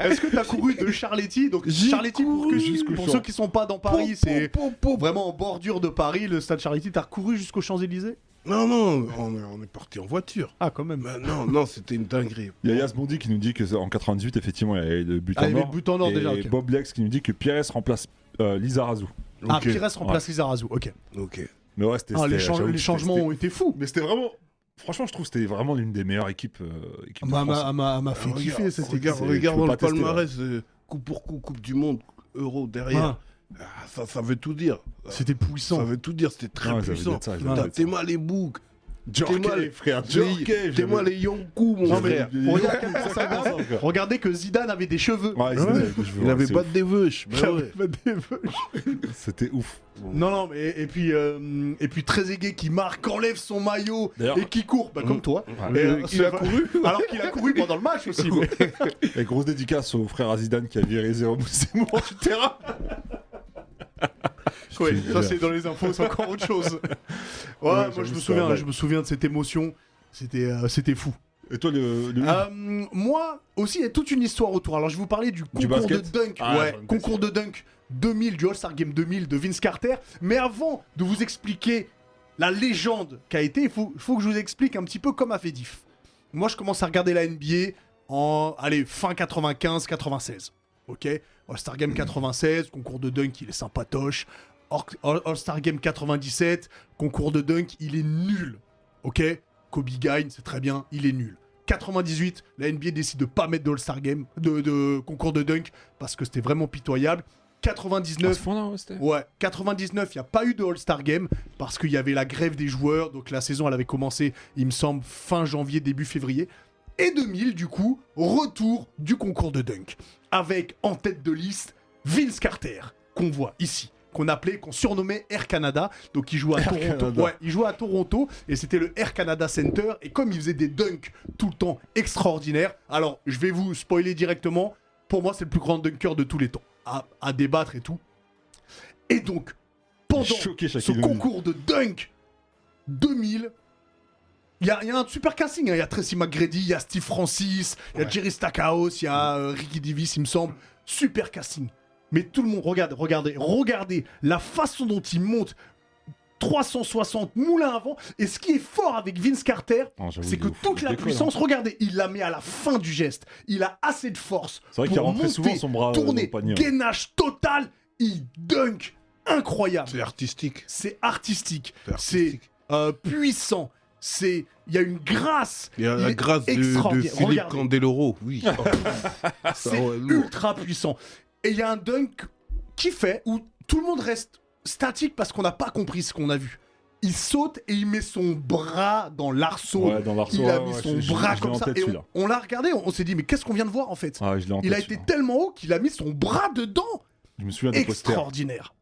S1: Est-ce que t'as couru de Charletti Donc
S3: J'ai
S1: Charletti, pour,
S3: couru
S1: que-
S2: jusqu'au
S1: pour
S2: champ.
S1: ceux qui sont pas dans Paris,
S3: Pou,
S1: c'est
S3: pou, pou, pou.
S1: vraiment en bordure de Paris, le stade Charletti. T'as recouru jusqu'aux Champs-Élysées
S3: Non, non, on, est- on est parti en voiture.
S1: Ah, quand même.
S3: Mais non, non, c'était une dinguerie.
S2: Il y a Yas Bondi qui nous dit que c'est- en 98, effectivement, il y avait le but
S1: Ah, il y
S2: en
S1: avait
S2: or.
S1: le but en or,
S2: et
S1: déjà, ok.
S2: Bob Lex qui nous dit que Pires remplace euh, Lisa Razou.
S1: Ah,
S3: Ok,
S1: Pires remplace Lizarazu, ok.
S3: ok.
S2: Mais ouais, c'était.
S1: Ah, les,
S2: c'était-
S1: change-
S2: j'avoue que
S1: les
S2: c'était-
S1: changements
S2: c'était-
S1: ont été fous.
S2: Mais c'était vraiment. Franchement, je trouve que c'était vraiment l'une des meilleures équipes. euh, équipes de
S1: Bah, M'a
S2: France.
S1: m'a- m'a- m'a fait
S3: Regarde,
S1: kiffer cette
S3: regarde,
S2: c'est-
S3: regarde
S2: tu peux
S3: dans
S2: pas
S3: le
S2: tester,
S3: palmarès, euh, coup pour coup, Coupe du Monde, Euro derrière. Ah, ça, ça veut tout dire.
S1: équipe. Hein, C'était
S3: Ça
S1: puissant.
S3: veut tout dire, c'était très
S2: Ouais, Ah, ça veut
S3: puissant.
S2: dire ça,
S1: Bah,
S2: ça veut
S3: T'as
S2: dire ça.
S3: Tema les Boucs,
S2: Jorquet,
S3: T'es mal-
S2: frère. Jorquet,
S3: les- Tema les Yonkou, mon
S1: Non, mais-
S3: frère.
S1: On regarde comment ça va. Regardez que Zidane avait des cheveux.
S3: Il avait pas de déveuche.
S1: Il avait pas des cheveux.
S2: C'était ouf.
S1: Non, non, mais et puis, euh, et puis Trezeguet qui marque, enlève son maillot
S2: D'ailleurs-
S1: et qui court, bah, comme toi.
S2: Ouais.
S1: Et, euh,
S3: Il a couru
S1: Alors qu'il a couru pendant le match aussi. mais-
S2: Et grosse dédicace au frère Azidane qui a viré Zéro Zemmour du terrain.
S1: Ouais, ça
S2: C'est bizarre.
S1: c'est dans les infos, c'est encore autre chose. Ouais, moi
S2: j'avoue,
S1: je me
S2: c'est
S1: souviens,
S2: normal.
S1: je me souviens de cette émotion. C'était, euh, c'était fou.
S2: Et toi, le. le-
S1: Euh, moi aussi, il y a toute une histoire autour. Alors, je vous parlais du concours de
S2: basket
S1: dunk.
S2: Ah,
S1: ouais,
S2: j'en étais
S1: concours de dunk 2000, du All-Star Game 2000 de Vince Carter. Mais avant de vous expliquer la légende qu'a été, il faut, faut que je vous explique un petit peu comme a fait Diff. Moi, je commence à regarder la NBA en, allez, fin 95-96. Ok All-Star Game 96, concours de dunk, il est sympatoche. Or- All- All-Star Game 97, concours de dunk, il est nul. Ok Kobe gagne, c'est très bien, il est nul. 98, la NBA décide de pas mettre de All-Star Game, de, de concours de dunk, parce que c'était vraiment pitoyable. 99, ouais, 99, il n'y a pas eu de All-Star Game, parce qu'il y avait la grève des joueurs, donc la saison, elle avait commencé, il me semble, fin janvier, début février. Et 2000, du coup, retour du concours de dunk, avec en tête de liste Vince Carter, qu'on voit ici, qu'on appelait, qu'on surnommait Air Canada, donc il jouait à Toronto.
S2: Canada.
S1: Ouais, il jouait à Toronto et c'était le Air Canada Center. Et comme il faisait des dunks tout le temps extraordinaires, alors je vais vous spoiler directement. Pour moi, c'est le plus grand dunker de tous les temps, à, à débattre et tout. Et donc, pendant
S2: Choqué, Shaquille
S1: ce
S2: O'Neal.
S1: concours de dunk 2000, il y, a- il y a un super casting. hein. Il y a Tracy McGrady, il y a Steve Francis, il y a Jerry Stackhouse, il y a euh, Ricky Davis, il me semble. Super casting. Mais tout le monde, regarde, regardez, regardez la façon dont il monte. 360 moulins avant. Et ce qui est fort avec Vince Carter,
S2: Ah, j'avoue,
S1: c'est
S2: il est
S1: que
S2: ouf.
S1: toute
S2: Il
S1: la
S2: hein. décolle,
S1: puissance, regardez, il la met à la fin du geste. Il a assez de force
S2: C'est vrai qu'il
S1: pour
S2: rentrait
S1: monter,
S2: souvent son bras, euh, dans
S1: tourner,
S2: le panier, ouais.
S1: gainage total, il dunk. Incroyable.
S3: C'est artistique.
S1: C'est artistique.
S3: C'est
S1: C'est
S3: artistique.
S1: euh, puissant. C'est, il y a une grâce.
S3: Il y a la
S1: est
S3: grâce de- de,
S1: extraordinaire.
S3: Philippe
S1: Regardez.
S3: Candeloro. Oui.
S2: Ah,
S1: C'est
S3: ouais, lourd.
S1: ultra puissant. Et il y a un dunk qui fait où tout le monde reste statique parce qu'on n'a pas compris ce qu'on a vu. il saute et il met son bras dans l'arceau.
S2: Ouais, dans l'arceau,
S1: il a
S2: ouais,
S1: mis
S2: ouais,
S1: son
S2: je- je-
S1: bras
S2: je l'ai
S1: comme
S2: en
S1: ça.
S2: tête,
S1: et
S2: celui-là.
S1: on, on l'a regardé, on, on s'est dit, mais qu'est-ce qu'on vient de voir en fait
S2: Ah, je l'ai en
S1: Il a
S2: tête,
S1: été
S2: celui-là.
S1: tellement haut qu'il a mis son bras dedans.
S2: Je me souviens des posters.
S1: Extraordinaire.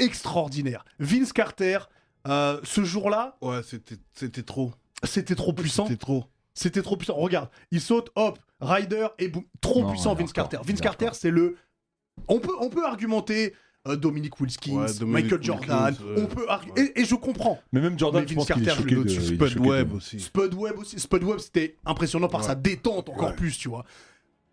S1: Extraordinaire. Vince Carter, euh, ce jour-là,
S3: Ouais, c'était c'était trop.
S1: c'était trop puissant.
S3: C'était trop.
S1: C'était trop puissant. Regarde, il saute, hop, Ryder et boum. Trop
S2: Non,
S1: puissant,
S2: il est
S1: Vince
S2: encore,
S1: Carter.
S2: il
S1: Vince
S2: est
S1: Carter,
S2: encore.
S1: c'est le. On peut, on peut argumenter euh, Dominique Wilkins,
S3: Ouais, Dominique
S1: Michael Jordan.
S3: Wilkins, ouais.
S1: On peut argu-
S3: Ouais.
S1: et, et je comprends.
S2: Mais même Jordan,
S1: Mais
S2: je pense
S1: Vince
S2: qu'il est
S1: Carter,
S2: choqué
S1: le
S2: de.
S1: dessus,
S2: il est
S3: Spud
S2: choqué de-
S3: Webb aussi.
S1: Spud Webb aussi. Spud Webb, c'était impressionnant par
S3: Ouais.
S1: sa détente encore
S3: Ouais.
S1: plus, tu vois.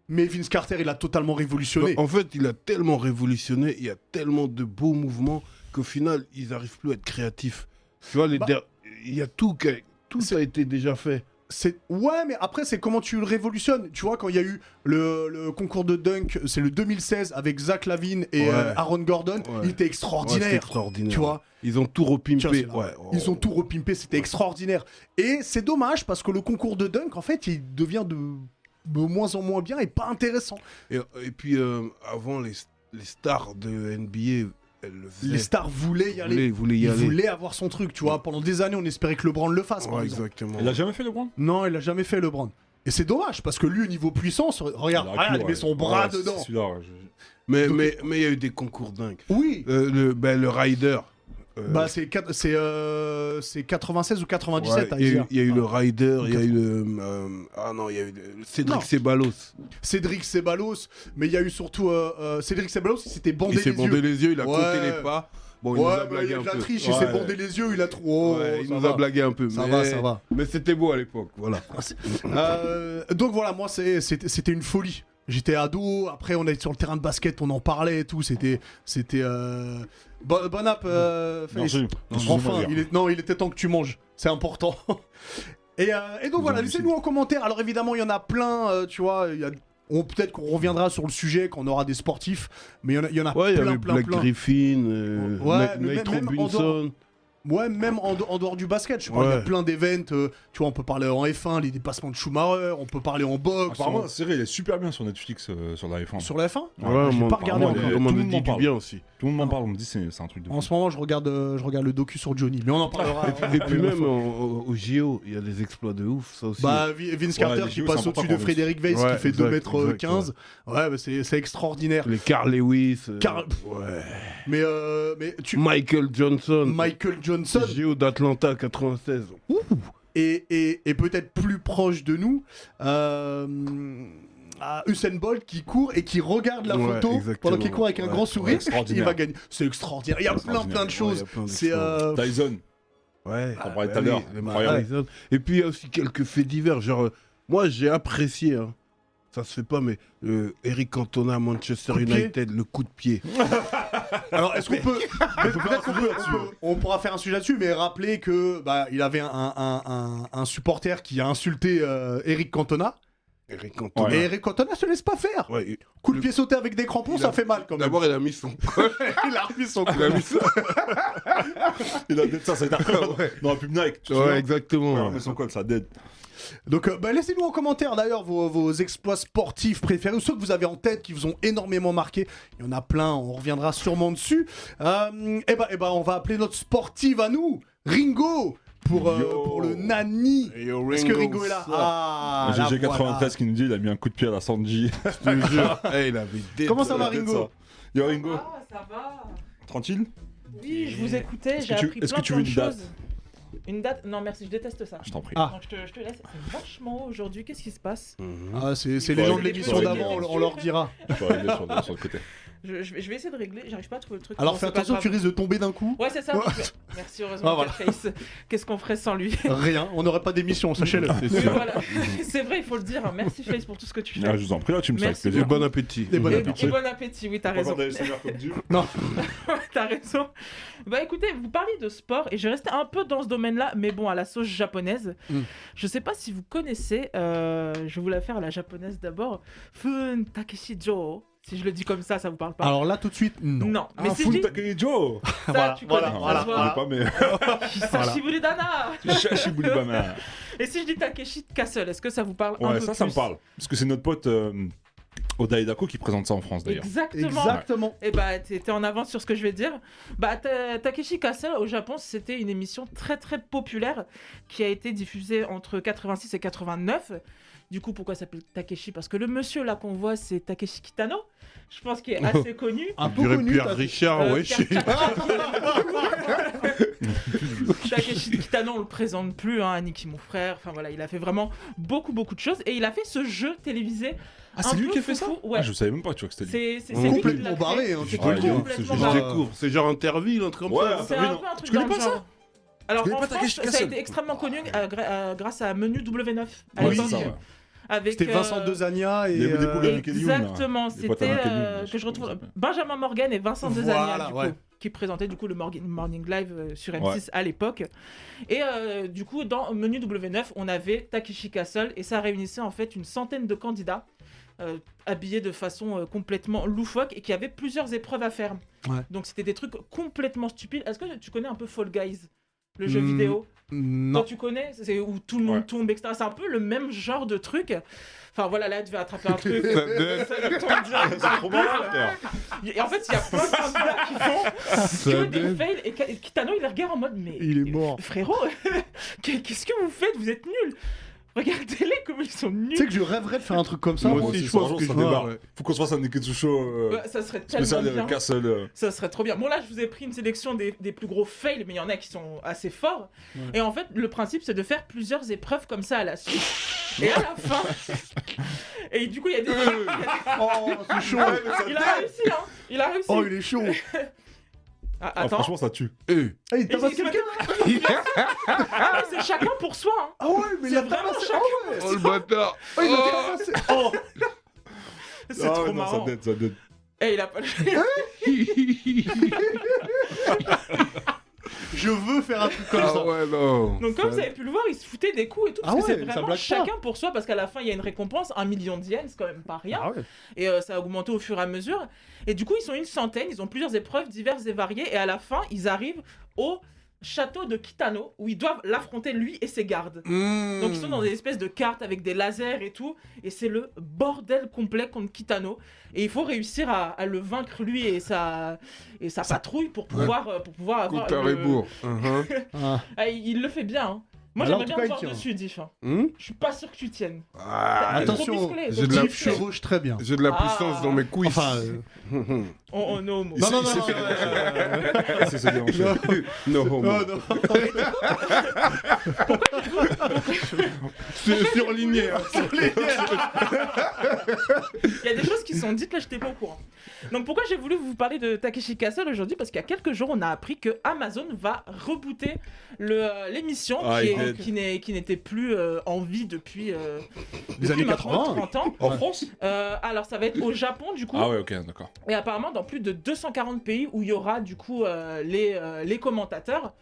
S1: Mais Vince Carter, il a totalement révolutionné.
S3: En fait, il a tellement révolutionné, il y a tellement de beaux mouvements qu'au final, ils n'arrivent plus à être créatifs. Tu vois, les
S1: Bah-
S3: der- il y a tout qui a... tout a été déjà fait.
S1: C'est ouais, mais après c'est comment tu le révolutionnes. Tu vois quand il y a eu le, le concours de dunk, c'est le 2016 avec Zach Lavine et
S3: Ouais.
S1: euh, Aaron Gordon, il
S3: Ouais.
S1: était
S3: Ouais, c'était
S1: extraordinaire.
S3: extraordinaire.
S1: tu vois,
S3: Ils ont tout
S1: Tiens, c'est
S3: repimpé.
S1: là.
S3: Ouais,
S1: ils
S3: oh.
S1: ont tout repimpé, c'était extraordinaire. Et c'est dommage parce que le concours de dunk en fait il devient de, de moins en moins bien et pas intéressant.
S3: Et, et puis, euh, avant, les, les stars de NBA, elles le faisaient.
S1: Les stars voulaient y
S3: Ils
S1: aller,
S3: voulaient- voulaient y
S1: ils
S3: aller.
S1: voulaient avoir son truc. Tu vois, pendant des années on espérait que LeBron le fasse. par
S3: Ouais,
S1: exemple.
S3: exactement.
S2: Il a jamais fait le grand
S1: Non, il a jamais fait LeBron. Et c'est dommage parce que lui au niveau puissance, regarde, regarde, il met son bras dedans.
S2: Celui-là, ouais, je-
S3: Mais mais- mais il y a eu des concours dingues.
S1: Oui.
S3: Euh, le, ben, le Rider. euh,
S1: Bah, c'est quatre- c'est euh, c'est 96 ou hein, 97
S3: ouais,
S1: à
S3: il y a eu-
S1: dire.
S3: il y a eu le Rider, il y a eu le. euh, ah non, il y a eu le-
S1: Non.
S3: Cédric Ceballos.
S1: Cédric Sebalos, mais il y a eu surtout euh, euh, Cédric Sebalos qui s'était bandé
S3: Il s'est
S1: les
S3: bandé
S1: yeux.
S3: les yeux, il a
S1: Ouais.
S3: compté les pas. Bon, Oh, il
S1: ouais,
S3: nous a
S1: bah, il y
S3: blagué
S1: a
S3: un
S1: de la
S3: peu.
S1: triche, il
S2: Ouais.
S1: s'est bandé les yeux, il a trop.
S3: Ouais,
S1: oh,
S3: il
S1: ça
S3: nous
S1: va.
S3: a blagué un peu.
S1: Ça
S3: mais-
S1: va, ça va. Ah,
S3: Mais c'était beau à l'époque, voilà. Ah,
S1: Euh, donc voilà, moi c'est- c'était c'était une folie. J'étais ado, après on est sur le terrain de basket, on en parlait et tout, c'était c'était euh... bon, bon app euh,
S2: Non,
S1: Face.
S2: je- non,
S1: Enfin,
S2: excusez-moi,
S1: il est- non, il était temps que tu manges. C'est important. Et, euh, et donc
S2: Ils
S1: voilà,
S2: ont du
S1: laissez-nous en commentaire. Alors évidemment, il y en a plein, euh, tu vois. il y a- on- Peut-être qu'on reviendra sur le sujet quand on aura des sportifs, mais il y en a, il y en a
S3: Ouais, il y
S1: plein,
S3: avait
S1: plein,
S3: Black
S1: plein.
S3: Griffin, euh,
S1: Ouais,
S3: Na-
S1: mais
S3: Nate
S1: même- même en dehors-
S3: Robinson.
S1: Ouais, même en, de- en dehors du basket, je sais pas, il y a
S3: Ouais.
S1: plein d'événements. euh, tu vois, on peut parler en F1, les dépassements de Schumacher, on peut parler en boxe,
S2: Apparemment,
S1: en-
S2: c'est vrai, il est super bien sur Netflix, euh, sur la F1.
S1: sur la F1.
S2: Ouais,
S3: Ouais,
S1: j'ai
S3: moi,
S1: pas regardé
S3: apparemment,
S2: encore.
S3: on m'en
S2: Tout le
S3: a
S2: monde
S3: dit
S2: en
S3: du
S2: parle.
S3: bien aussi.
S2: Tout le monde m'en parle, on me dit c'est c'est un truc de.
S1: En
S2: fou.
S1: ce moment, je regarde, euh, je regarde le docu sur Johnny, mais on en parlera.
S3: Et puis même au, au- au JO, il y a des exploits de ouf, ça aussi.
S1: Bah, Vi- Vince Carter
S2: Ouais, les
S1: qui
S2: JO,
S1: passe
S2: c'est important
S1: au-dessus de
S2: pour
S1: Frédéric Weiss
S3: Ouais,
S1: qui fait
S3: exact,
S1: 2m15. Ouais, bah, c'est c'est extraordinaire.
S3: les Carl Lewis, euh,
S1: Carl-
S3: ouais.
S1: Mais, euh, mais tu.
S3: Michael Johnson,
S1: Michael Johnson
S3: les JO d'Atlanta 96.
S1: et, et, et peut-être plus proche de nous, euh, à Usain Bolt qui court et qui regarde la
S3: Ouais,
S1: photo
S3: exactement.
S1: pendant qu'il court avec un
S3: Ouais,
S1: grand
S3: ouais,
S1: sourire, il
S2: extraordinaire.
S1: va gagner. C'est extraordinaire. Il y a plein
S2: Extraordinaire.
S1: plein de choses.
S3: Ouais, il y a plein
S1: C'est
S3: d'exploits.
S1: euh,
S2: Tyson,
S3: Ouais,
S2: On
S3: ah,
S2: parlait tout
S3: bah
S2: à l'heure,
S3: oui, les
S2: incroyable.
S3: Marais. Et puis il y a aussi quelques faits divers. Genre, euh, moi j'ai apprécié, hein. ça se fait pas, mais euh, Eric Cantona à Manchester
S1: Coup de pied.
S3: United, le coup de pied.
S1: Alors, est-ce qu'on peut. mais peut-être qu'on peut- on
S3: hein.
S1: peut- on pourra faire un sujet là-dessus, mais rappeler que bah, il avait un, un- un- un supporter qui a insulté euh, Eric Cantona.
S3: Eric Cantona.
S1: Et Eric Cantona se laisse pas faire.
S3: Ouais, il-
S1: Coup de pied sauté avec des crampons,
S3: il
S1: ça
S3: a-
S1: fait mal quand même.
S3: D'abord, il a mis son.
S1: il a remis son
S3: Il a mis son-
S2: il a dead ça, ça a été dans la pub Nike. Tu te
S3: Ouais,
S2: souviens Ouais,
S3: exactement.
S2: mais son col, ça dead.
S1: Donc euh, bah, laissez-nous en commentaire d'ailleurs vos, vos exploits sportifs préférés ou ceux que vous avez en tête qui vous ont énormément marqué. Il y en a plein, on reviendra sûrement dessus. Euh, et bah, et bah on va appeler notre sportive à nous, Ringo, pour, euh,
S2: Yo.
S1: pour le Nani. Est-ce que Ringo est là Ah, la
S2: GG93
S1: voilà.
S2: qui nous dit il a mis un coup de pied à la Sanji.
S3: Je te jure. Eh, il avait des-
S1: Comment ça va
S2: Dead,
S1: Ringo
S2: ça. Yo Ringo,
S4: Ah, ça va.
S2: tranquille
S4: Oui, je vous écoutais,
S2: Est-ce
S4: j'ai
S2: que tu-
S4: appris
S2: est-ce
S4: plein,
S2: que tu
S4: plein
S2: veux
S4: de
S2: une date
S4: choses. Une date Non, merci, je déteste ça.
S2: Je t'en prie. Mm.
S1: Ah.
S4: Donc je te, je te laisse. C'est vachement haut aujourd'hui, qu'est-ce qui se passe
S3: Mhm.
S1: Ah, C'est c'est les gens de l'émission
S2: Ouais,
S1: d'avant, on, on leur dira.
S2: Je vais arriver sur, sur le côté.
S4: je, je vais, je vais essayer de régler, j'arrive pas à trouver le truc.
S1: Alors
S4: Bon,
S1: fais
S4: c'est pas
S1: attention, tu
S4: grave.
S1: risques de tomber d'un coup.
S4: Ouais, c'est ça.
S1: Ouais.
S4: mais- Merci, heureusement,
S1: Ah, voilà.
S4: Catface. Qu'est-ce qu'on ferait sans lui
S1: Rien, on n'aurait pas d'émission, sachez-le.
S4: Oui, voilà. C'est vrai, il faut le dire. hein. Merci, Face, pour tout ce que tu fais.
S2: Ah, je vous en prie, là, tu me fais avec
S4: Merci
S2: plaisir.
S3: Et bon appétit.
S1: Et bon
S4: Et-
S1: appétit.
S4: et bon appétit, oui, t'as raison.
S2: Encore des SMR comme Dieu.
S4: T'as raison. Bah écoutez, vous parlez de sport et je restais un peu dans ce domaine-là, mais bon, à la sauce japonaise.
S1: Mm.
S4: Je sais pas si vous connaissez, euh, je vais vous la faire à la japonaise d'abord. Fun Takeshi Jo. Si je le dis comme ça, ça vous parle pas
S1: Alors là tout de suite, Ah, non.
S4: Non, mais Ah,
S2: Ah,
S4: si je
S2: full
S4: dis
S2: Takeijo
S4: ça,
S1: Voilà,
S4: tu connais,
S1: voilà,
S4: ça
S1: voilà,
S4: se
S2: Je
S4: voit.
S2: l'ai pas, mais.
S4: Sashiburi Dana
S2: Shashibulibama.
S4: Et si je dis Takeshi Castle, est-ce que ça vous parle un
S2: Ouais,
S4: peu
S2: ça, ça me
S4: plus
S2: parle. Parce que c'est notre pote. euh, Oda Dako qui présente ça en France d'ailleurs.
S4: Exactement.
S1: Exactement.
S4: Et bah, t'étais en avance sur ce que je vais dire. Bah, Ta- Takeshi Castle au Japon, c'était une émission très très populaire qui a été diffusée entre 86 et 89. Du coup, pourquoi ça s'appelle Takeshi Parce que le monsieur là qu'on voit, c'est Takeshi Kitano. Je pense qu'il est
S2: Oh.
S4: assez connu.
S1: Un
S3: Je
S1: peu
S3: dirais
S1: connu.
S3: Pierre
S1: t'as-
S2: Ah
S3: Richard,
S4: Euh,
S3: ouais. je sais
S4: Pierre-
S3: pas.
S4: Takeshi Kitano, on le présente plus, hein, Aniki, mon frère. Enfin voilà, il a fait vraiment beaucoup beaucoup de choses et il a fait ce jeu télévisé.
S2: Ah,
S4: un peu foufou. Ouais.
S2: Ah, je savais même pas, tu vois, que c'était lui.
S4: C'est c'est-
S3: On
S4: c'est lui qui
S1: Complètement
S4: l'a créé.
S1: barré. hein, tu te
S2: Ouais,
S1: le
S2: il est
S1: trouves.
S2: ouf, ce jeu.
S4: Complètement
S3: Je
S1: Ah.
S3: découvre. C'est genre Interville, un truc comme
S2: Ouais.
S3: ça.
S4: C'est
S2: Ah oui,
S4: un
S2: non.
S4: peu un truc
S2: Tu connais
S4: dans
S2: pas
S4: le
S2: ça
S4: genre. bah Alors
S2: connais
S4: en
S2: pas
S4: France,
S2: Takeshi
S4: ça a
S2: Castle
S4: été extrêmement connu euh, gra- euh, grâce à Menu W9 à
S2: Ouais,
S1: Oui.
S2: c'est
S4: l'époque.
S2: ça, ouais.
S4: Avec,
S1: C'était Vincent
S4: euh,
S1: Dezania et.
S2: il y avait des
S1: euh,
S2: boules avec- Nickelodeon, là.
S4: Exactement,
S2: Les potes à
S4: c'était
S2: Nickelodeon,
S4: euh,
S2: là, je
S4: que
S2: sais
S4: je
S2: pas comment
S4: retrouve
S2: ils s'appellent.
S4: Benjamin Morgan et Vincent
S1: Voilà,
S4: Desania du coup,
S1: ouais.
S4: qui présentaient du coup le Morgan- Morning Live euh, sur M6
S2: Ouais.
S4: à l'époque. Et euh, du coup, dans Menu W9, on avait Takeshi Castle et ça réunissait en fait une centaine de candidats. euh, habillés de façon euh, complètement loufoque et qui avaient plusieurs épreuves à faire.
S1: Ouais.
S4: Donc c'était des trucs complètement stupides. Est-ce que tu connais un peu Fall Guys, le jeu
S1: Hmm,
S4: vidéo quand
S1: Non.
S4: tu connais, c'est où tout le monde
S2: Ouais.
S4: tombe, etc. C'est un peu le même genre de truc. Enfin voilà, là tu vas attraper un truc.
S3: Ça
S1: Euh,
S3: doit-
S4: ça, il tombe direct.
S2: C'est trop bon à faire.
S4: Et en fait, il y a plein de candidats qui font
S3: Ça
S4: que des
S3: doit-
S4: fails et Ka- et Kitano il les regarde en mode mais
S1: Il est mort.
S4: frérot, qu'est-ce que vous faites Vous êtes nuls. Regardez-les comme ils sont
S1: Tu sais
S4: nuls.
S1: que je rêverais de faire un truc comme ça.
S3: Moi
S2: Moi
S3: aussi,
S2: aussi,
S3: je
S2: sans
S3: pense
S2: jour,
S3: que je
S2: ça
S3: démarre.
S2: démarre.
S3: ouais.
S2: Faut qu'on se fasse un Neketsu Show euh,
S4: Ouais, ça serait tellement
S2: spécial euh,
S4: bien.
S2: Castle. euh.
S4: Ça serait trop bien. Bon, là, je vous ai pris une sélection des, des plus gros fails, mais il y en a qui sont assez forts.
S1: Ouais.
S4: Et en fait, le principe, c'est de faire plusieurs épreuves comme ça à la suite. Et à la fin. Et du coup, il y a des.
S1: Oh, c'est chaud.
S4: Ah, Il a réussi, hein Il a réussi.
S1: Oh, il est chaud.
S4: Ah,
S2: Ah,
S4: attends.
S2: franchement, ça tue.
S3: Eh,
S1: Hey, t'as
S4: Et
S1: pas
S4: c'est-
S1: quelqu'un
S4: Ah, c'est chacun pour soi. hein.
S1: Ah ouais, mais il a
S4: C'est vraiment
S1: tabassé.
S4: chacun.
S1: Ah ouais.
S3: Oh le bâtard
S1: Oh, il
S3: Oh.
S1: a tabassé. Oh.
S4: C'est
S2: Ah,
S4: trop
S2: ouais, non,
S4: marrant.
S2: Ça dead, ça dead.
S4: Et Eh, il a pas.
S1: Je veux faire un truc comme
S3: Ah
S1: ça.
S3: ouais, non
S4: Donc, comme vous avez pu le voir, il se foutait des coups et tout. Parce
S1: Ah
S4: que
S1: ouais,
S4: c'est
S1: ça
S4: vraiment
S1: blague pas.
S4: chacun pour soi. Parce qu'à la fin, il y a une récompense. Un million de yens, c'est quand même pas rien.
S1: Ah ouais.
S4: Et euh, ça a augmenté au fur et à mesure. Et du coup, ils sont une centaine, ils ont plusieurs épreuves diverses et variées. Et à la fin, ils arrivent au château de Kitano, où ils doivent l'affronter lui et ses gardes.
S1: Hmm.
S4: Donc ils sont dans des espèces de cartes avec des lasers et tout. Et c'est le bordel complet contre Kitano. Et il faut réussir à, à le vaincre lui et sa, et sa patrouille pour pouvoir, euh, pour pouvoir avoir...
S3: Compte à
S4: le-
S3: rebours. Mhm.
S1: Ah.
S4: Ah, il il le fait bien. hein. Moi,
S1: Bah là, en
S4: j'aimerais
S1: tout
S4: bien
S1: cas,
S4: te
S1: il
S4: voir
S1: tient.
S4: dessus, Diff. hein.
S3: Hmm
S4: Je suis pas sûr que tu tiennes.
S3: Ah,
S4: T'es trop
S1: Attention,
S4: musclé,
S3: j'ai de
S4: donc
S3: la
S4: tu
S1: Jeep
S4: tiens.
S1: chevauche très bien.
S3: J'ai de la
S4: Ah.
S3: puissance dans mes couilles.
S1: Enfin, euh,
S3: Mhm.
S4: On, on est homo.
S2: Il
S1: non,
S2: s'est-
S1: non,
S2: il
S1: non,
S2: s'est
S1: non,
S2: fait-
S1: euh,
S2: Il s'est fait déranger.
S3: no homo.
S1: non, non.
S3: C'est surligné. hein.
S4: Il y a des choses qui sont dites là, je n'étais pas au courant. Donc pourquoi j'ai voulu vous parler de Takeshi Castle aujourd'hui Parce qu'il y a quelques jours, on a appris que Amazon va rebooter le, euh, l'émission
S2: Ah,
S4: qui,
S2: il
S4: est-
S2: did.
S4: qui, n'est, qui n'était plus euh, en vie depuis, euh,
S1: Les
S4: depuis
S1: années
S4: maintenant
S1: 80.
S4: 30 ans.
S2: En France
S4: Euh, alors ça va être au Japon du coup,
S2: Ah ouais, ok, d'accord.
S4: et apparemment dans plus de 240 pays où il y aura du coup euh, les, euh, les commentateurs.